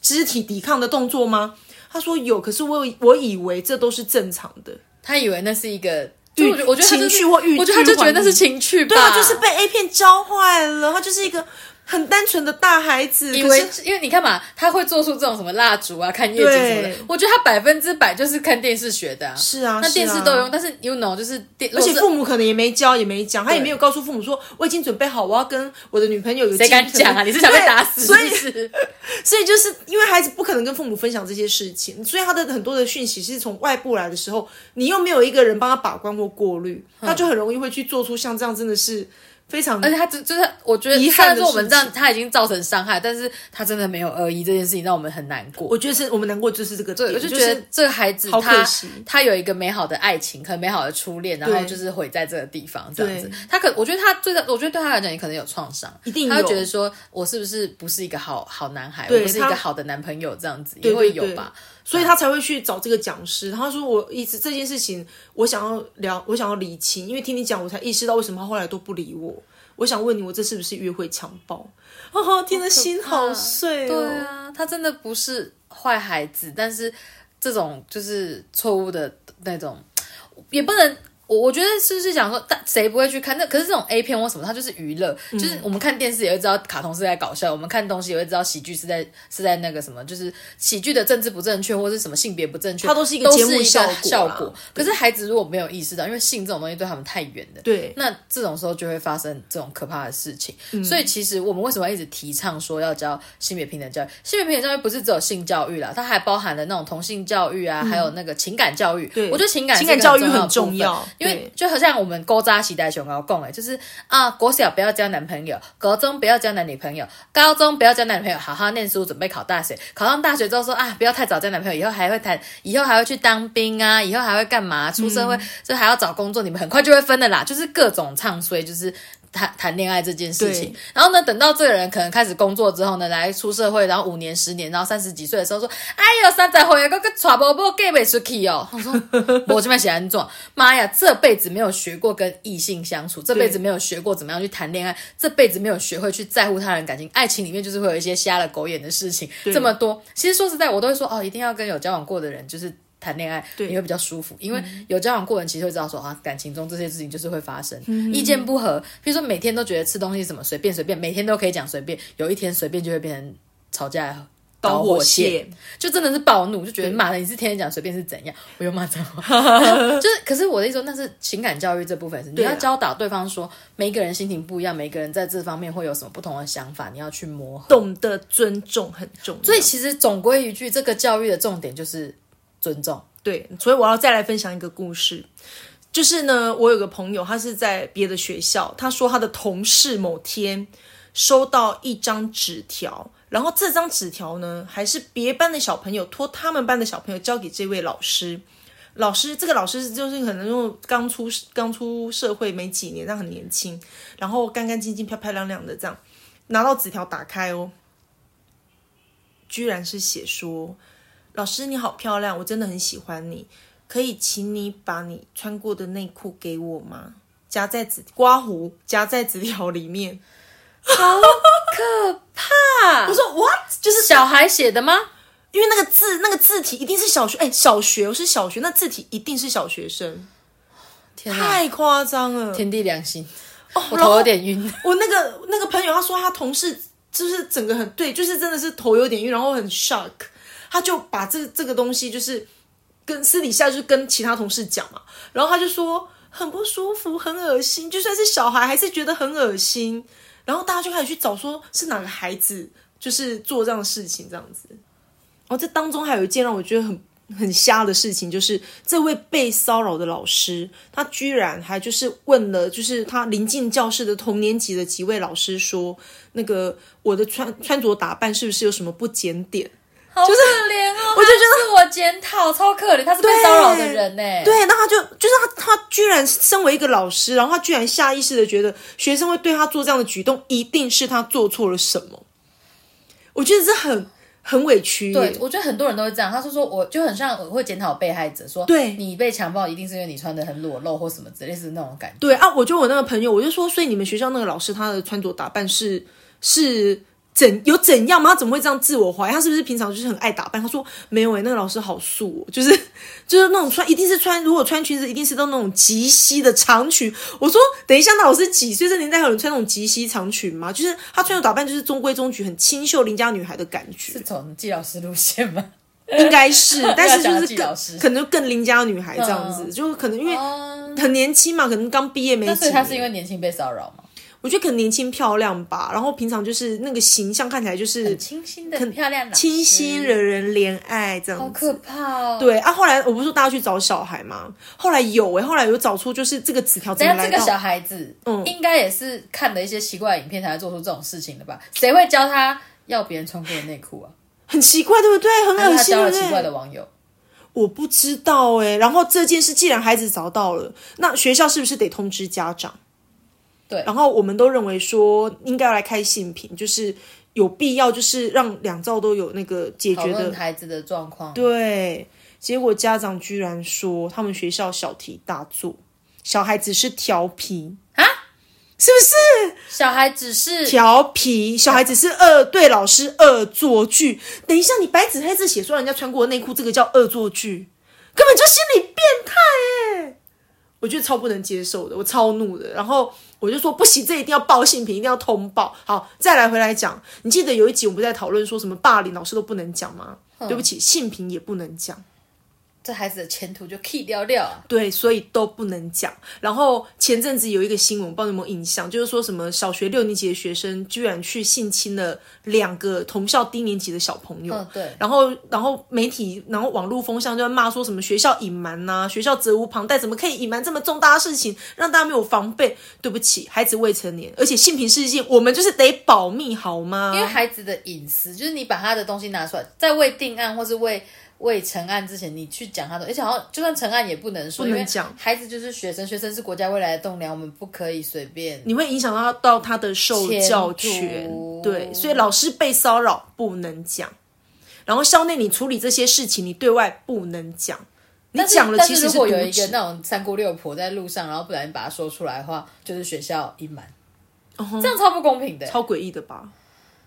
Speaker 1: 肢体抵抗的动作吗？他他说有，可是我有我以为这都是正常的。
Speaker 2: 他以为那是一个，就我觉得我觉得他就是
Speaker 1: 情绪或欲
Speaker 2: 我觉得他就觉得那是情趣吧，
Speaker 1: 对啊，就是被 A 片教坏了，他就是一个很单纯的大孩子，
Speaker 2: 以
Speaker 1: 可
Speaker 2: 为
Speaker 1: 是
Speaker 2: 因为你看嘛，他会做出这种什么蜡烛啊、看夜景什么的
Speaker 1: 对，
Speaker 2: 我觉得他百分之百就是看电视学的、啊。
Speaker 1: 是啊
Speaker 2: 那
Speaker 1: 是
Speaker 2: 电视
Speaker 1: 啊
Speaker 2: 都有用，但是 you know 就是电，
Speaker 1: 而且
Speaker 2: 如果是
Speaker 1: 父母可能也没教，也没讲，他也
Speaker 2: 对
Speaker 1: 没有告诉父母说我已经准备好，我要跟我的女朋友有
Speaker 2: 谁敢
Speaker 1: 进
Speaker 2: 讲啊？你是想被
Speaker 1: 对
Speaker 2: 打死
Speaker 1: 所
Speaker 2: 是
Speaker 1: 以
Speaker 2: 不是？
Speaker 1: 所以就是因为孩子不可能跟父母分享这些事情，所以他的很多的讯息是从外部来的时候，你又没有一个人帮他把关或过滤，
Speaker 2: 嗯
Speaker 1: 他就很容易会去做出像这样真的是非常
Speaker 2: 而且他就就是，我觉得
Speaker 1: 遗
Speaker 2: 虽
Speaker 1: 憾的
Speaker 2: 然说我们这样
Speaker 1: 事，情
Speaker 2: 他已经造成伤害，但是他真的没有恶意这件事情让我们很难过。
Speaker 1: 我觉得是我们难过就是这个点，
Speaker 2: 对，我就
Speaker 1: 就
Speaker 2: 觉得
Speaker 1: 是
Speaker 2: 这个孩子
Speaker 1: 好可
Speaker 2: 他
Speaker 1: 惜
Speaker 2: 他有一个美好的爱情，很美好的初恋，然后
Speaker 1: 对
Speaker 2: 就是毁在这个地方这样子
Speaker 1: 对。
Speaker 2: 他可我觉得他最大，我觉得对他来讲也可能有创伤，
Speaker 1: 一定有
Speaker 2: 他会觉得说我是不是不是一个好好男孩，我
Speaker 1: 对
Speaker 2: 不是一个
Speaker 1: 他
Speaker 2: 好的男朋友这样子，
Speaker 1: 对
Speaker 2: 也会
Speaker 1: 对
Speaker 2: 有吧。
Speaker 1: 所以他才会去找这个讲师。他说我一直这件事情，我想要聊，我想要理清，因为听你讲，我才意识到为什么他后来都不理我。我想问你，我这是不是约会强暴？哦，天的心好碎哦。
Speaker 2: 对啊，他真的不是坏孩子，但是这种就是错误的那种，也不能。我我觉得是不是想说，但谁不会去看？那可是这种 A 片或什么，它就是娱乐，
Speaker 1: 嗯
Speaker 2: 就是我们看电视也会知道卡通是在搞笑，我们看东西也会知道喜剧是在是在那个什么，就是喜剧的政治不正确或是什么性别不正确，
Speaker 1: 它都是一个节目
Speaker 2: 都是一
Speaker 1: 效果啦
Speaker 2: 个效果。可是孩子如果没有意识到，因为性这种东西对他们太远了，
Speaker 1: 对嗯
Speaker 2: 那这种时候就会发生这种可怕的事情。所以其实我们为什么要一直提倡说要教性别平等教育？性别平等教育不是只有性教育啦，它还包含了那种同性教育啊，还有那个情感教育。
Speaker 1: 嗯对
Speaker 2: 我觉得情感
Speaker 1: 情感
Speaker 2: 是一个
Speaker 1: 教育很重要
Speaker 2: 的部分因为
Speaker 1: 对
Speaker 2: 就好像我们勾扎时代熊高共哎，就是啊，国小不要交男朋友，国中不要交男女朋友，高中不要交男朋友，好好念书，准备考大学。考上大学之后说啊，不要太早交男朋友，以后还会谈，以后还会去当兵啊，
Speaker 1: 嗯
Speaker 2: 以后还会干嘛？出社会、就还要找工作，你们很快就会分的啦。就是各种唱衰，就是谈谈恋爱这件事情
Speaker 1: 对。
Speaker 2: 然后呢，等到这个人可能开始工作之后呢，来出社会，然后五年、十年，然后三十几岁的时候说：“哎呦，三十岁个个娶婆婆嫁不出去哦。”我说：“ 我这边写安装，妈呀，这辈子没有学过跟异性相处，这辈子没有学过怎么样去谈恋爱，这辈子没有学会去在乎他人感情。爱情里面就是会有一些瞎了狗眼的事情，
Speaker 1: 对
Speaker 2: 这么多。其实说实在，我都会说哦，一定要跟有交往过的人就是。”谈恋爱
Speaker 1: 对
Speaker 2: 你会比较舒服，因为有交往过的人其实会知道说啊，感情中这些事情就是会发生，意见不合，比如说每天都觉得吃东西什么随便随便，每天都可以讲随便，有一天随便就会变成吵架的导火线，就真的是暴怒，就觉得骂的你是天天讲随便是怎样，我又骂脏话， 就是可是我的意思说，那是情感教育这部分是你
Speaker 1: 对啊
Speaker 2: 要教导对方说，每一个人心情不一样，每一个人在这方面会有什么不同的想法，你要去磨合。
Speaker 1: 懂得尊重很重要。
Speaker 2: 所以其实总归一句，这个教育的重点就是尊重。
Speaker 1: 对，所以我要再来分享一个故事，就是呢，我有个朋友，他是在别的学校，他说他的同事某天收到一张纸条，然后这张纸条呢，还是别班的小朋友托他们班的小朋友交给这位老师。老师，这个老师就是可能用刚出刚出社会没几年，但很年轻，然后干干净净、漂漂亮亮的这样，拿到纸条打开哦，居然是写说老师你好漂亮，我真的很喜欢你，可以请你把你穿过的内裤给我吗？夹在纸刮胡夹在纸条里面。
Speaker 2: 啊
Speaker 1: 我，说 what？就是
Speaker 2: 小孩写的吗？
Speaker 1: 因为那个字那个字体一定是小学，哎、小学我是小学，那字体一定是小学生，
Speaker 2: 天哪，
Speaker 1: 太夸张了。
Speaker 2: 天地良心，我
Speaker 1: 然后
Speaker 2: 头有点晕。
Speaker 1: 我那个那个朋友他说他同事就是整个很对，就是真的是头有点晕，然后很 shock，他就把这这个东西就是跟私底下就是跟其他同事讲嘛，然后他就说很不舒服，很恶心，就算是小孩还是觉得很恶心，然后大家就开始去找说是哪个孩子就是做这样的事情这样子，然后哦这当中还有一件让我觉得很。很瞎的事情就是，这位被骚扰的老师，他居然还就是问了，就是他临近教室的同年级的几位老师说，那个我的穿穿着打扮是不是有什么不检点？
Speaker 2: 好可怜哦！我
Speaker 1: 就觉得
Speaker 2: 自我检讨，超可怜，他是被骚扰的人呢、欸
Speaker 1: 对，那他就就是他，他居然身为一个老师，然后他居然下意识的觉得学生会对他做这样的举动，一定是他做错了什么。我觉得这很很委屈耶。
Speaker 2: 对，我觉得很多人都是这样。他说说，我就很像我会检讨被害者，说
Speaker 1: 对
Speaker 2: 你被强暴一定是因为你穿的很裸露或什么之类似那种感觉。
Speaker 1: 啊对啊，我就我那个朋友，我就说，所以你们学校那个老师他的穿着打扮是是怎有怎样吗？他怎么会这样自我怀疑？他是不是平常就是很爱打扮？他说没有诶、欸那个老师好素、哦，就是 就是那种穿一定是穿，如果穿裙子一定是都那种及膝的长裙。我说等一下，那老师几岁？这年代还有人穿那种及膝长裙吗？就是他穿着打扮就是中规中矩，很清秀邻家女孩的感觉
Speaker 2: 是，走季老师路线 吗？
Speaker 1: 应该是，但 是
Speaker 2: 啊讲
Speaker 1: 就
Speaker 2: 的
Speaker 1: 是
Speaker 2: 季
Speaker 1: 更
Speaker 2: 老师
Speaker 1: 可能就更邻家女孩这样子，
Speaker 2: 嗯
Speaker 1: 就可能因为
Speaker 2: 哦
Speaker 1: 很年轻嘛，可能刚毕业没几年。
Speaker 2: 那 所以他是因为年轻被骚扰吗？
Speaker 1: 我觉得可能年轻漂亮吧，然后平常就是那个形象看起来就是
Speaker 2: 很清新的、很漂亮的，
Speaker 1: 清新，惹人怜爱这
Speaker 2: 好
Speaker 1: 样
Speaker 2: 可
Speaker 1: 子。
Speaker 2: 怕哦。，
Speaker 1: 对啊，后来我不是说大家去找小孩吗？后来有哎、后来有找出就是这个纸条怎
Speaker 2: 等
Speaker 1: 么
Speaker 2: 下这
Speaker 1: 来
Speaker 2: 个
Speaker 1: 到，
Speaker 2: 小孩子，
Speaker 1: 嗯
Speaker 2: 应该也是看了一些奇怪的影片才会做出这种事情的吧？谁会教他要别人穿过的内裤啊？
Speaker 1: 很奇怪对不对？很
Speaker 2: 还是
Speaker 1: 恶
Speaker 2: 他
Speaker 1: 心
Speaker 2: 交
Speaker 1: 对
Speaker 2: 了
Speaker 1: 不
Speaker 2: 奇
Speaker 1: 对？
Speaker 2: 怪的网友？
Speaker 1: 我不知道哎、然后这件事既然孩子找到了，那学校是不是得通知家长？
Speaker 2: 对
Speaker 1: 然后我们都认为说应该要来开性平，就是有必要，就是让两造都有那个解
Speaker 2: 讨
Speaker 1: 决的
Speaker 2: 论孩子的状况，
Speaker 1: 对，结果家长居然说他们学校小题大做，小孩只是调皮
Speaker 2: 啊，
Speaker 1: 是不是
Speaker 2: 小孩只是
Speaker 1: 调皮？小孩只是恶对老师恶作剧。等一下，你白纸黑字写说人家穿过的内裤，这个叫恶作剧，根本就心理变态哎！我觉得超不能接受的，我超怒的。然后我就说不行，这一定要报性平，一定要通报。好，再来回来讲，你记得有一集我们不是在讨论说什么霸凌老师都不能讲吗？对不起，性平也不能讲。
Speaker 2: 这孩子的前途就 key 掉掉啊。
Speaker 1: 对，所以都不能讲。然后前阵子有一个新闻，不知道你有没有印象，就是说什么小学六年级的学生居然去性侵了两个同校低年级的小朋友。
Speaker 2: 嗯对
Speaker 1: 然后，然后媒体，然后网络风向就在骂说什么学校隐瞒呐、学校责无旁贷，怎么可以隐瞒这么重大的事情，让大家没有防备？对不起，孩子未成年，而且性平事件我们就是得保密，好吗？
Speaker 2: 因为孩子的隐私，就是你把他的东西拿出来，在未定案或是未未成案之前，你去讲他的，而且好像就算成案也不能说，
Speaker 1: 不能
Speaker 2: 因为
Speaker 1: 讲
Speaker 2: 孩子就是学生，学生是国家未来的栋梁，我们不可以随便。
Speaker 1: 你会影响到到他的受教
Speaker 2: 前
Speaker 1: 权
Speaker 2: 途，
Speaker 1: 对，所以老师被骚扰不能讲，然后校内你处理这些事情，你对外不能讲，你
Speaker 2: 但是
Speaker 1: 讲了
Speaker 2: 但
Speaker 1: 其
Speaker 2: 是
Speaker 1: 实
Speaker 2: 如
Speaker 1: 是
Speaker 2: 果有
Speaker 1: 渎
Speaker 2: 一个
Speaker 1: 职。
Speaker 2: 那种三姑六婆在路上，然后不小心把他说出来的话，就是学校隐瞒，这样超不公平的。
Speaker 1: 哦超诡异的吧？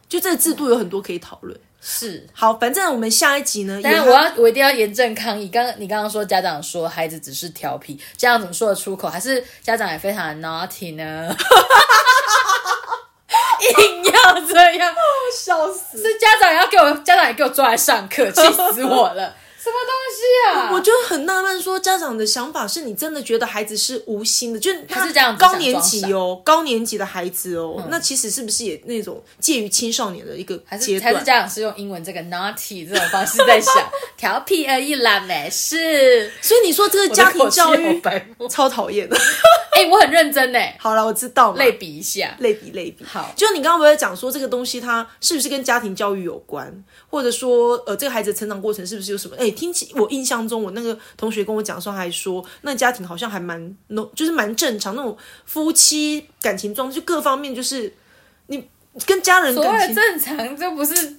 Speaker 1: 就这个制度有很多可以讨论。
Speaker 2: 是，
Speaker 1: 好，反正我们下一集呢，
Speaker 2: 但是
Speaker 1: 也
Speaker 2: 我要我一定要严正抗议。刚刚你刚刚说家长说孩子只是调皮，家长怎么说得出口？还是家长也非常的 naughty 呢？ 硬要这样，
Speaker 1: 笑死。
Speaker 2: 是家长也要给我，家长也给我抓来上课，气死我了！ 什么东西啊？
Speaker 1: 我就很纳闷，说家长的想法是你真的觉得孩子是无心的，就是
Speaker 2: 还
Speaker 1: 他
Speaker 2: 是家长只想嗯
Speaker 1: 高年级哦，高年级的孩子哦，那其实是不是也那种介于青少年的一个
Speaker 2: 还是
Speaker 1: 阶
Speaker 2: 还
Speaker 1: 段？
Speaker 2: 是家长是用英文这个 naughty 这种方式在想，调皮而已啦，没事。
Speaker 1: 所以你说这个家庭教
Speaker 2: 我的口
Speaker 1: 育
Speaker 2: 气好白目
Speaker 1: 超讨厌的。
Speaker 2: 哎、我很认真呢，
Speaker 1: 好了，我知道嘛
Speaker 2: 类比一下，
Speaker 1: 类比类比。
Speaker 2: 好
Speaker 1: 就你刚刚不是讲说这个东西它是不是跟家庭教育有关，或者说呃这个孩子成长过程是不是有什么？哎，听起我印象中我那个同学跟我讲的时候还说，那家庭好像还蛮浓，就是蛮正常那种夫妻感情状态，就各方面就是你跟家人
Speaker 2: 所谓
Speaker 1: 感
Speaker 2: 的
Speaker 1: 情。
Speaker 2: 正常，这不是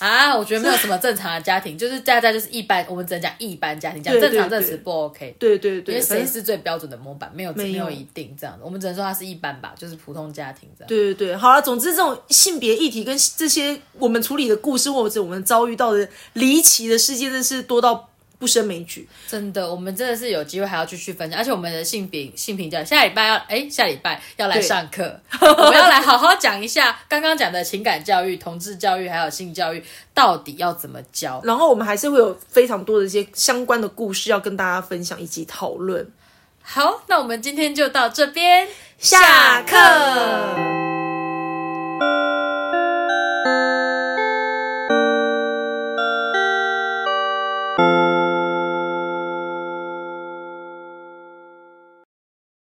Speaker 2: 啊？我觉得没有什么正常的家庭， 就是大家就是一般，我们只能讲一般家庭，讲
Speaker 1: 对
Speaker 2: 正常
Speaker 1: 对
Speaker 2: 这
Speaker 1: 对
Speaker 2: 词不 OK。
Speaker 1: 对对对，
Speaker 2: 因为
Speaker 1: 反
Speaker 2: 谁
Speaker 1: 正
Speaker 2: 是最标准的模板，没有没
Speaker 1: 有
Speaker 2: 有一定这样的，我们只能说它是一般吧，就是普通家庭这样。
Speaker 1: 对对对，好了，总之这种性别议题跟这些我们处理的故事，或者我们遭遇到的离奇的事件，真是多到不胜枚举。
Speaker 2: 真的，我们真的是有机会还要继续分享，而且我们的性评性评价下礼拜要哎下礼拜要来
Speaker 1: 对
Speaker 2: 上 课，我们要来好好讲一下刚刚讲的情感教育、同志教育还有性教育到底要怎么教。
Speaker 1: 然后我们还是会有非常多的一些相关的故事要跟大家分享以及讨论。
Speaker 2: 好，那我们今天就到这边，
Speaker 1: 下课。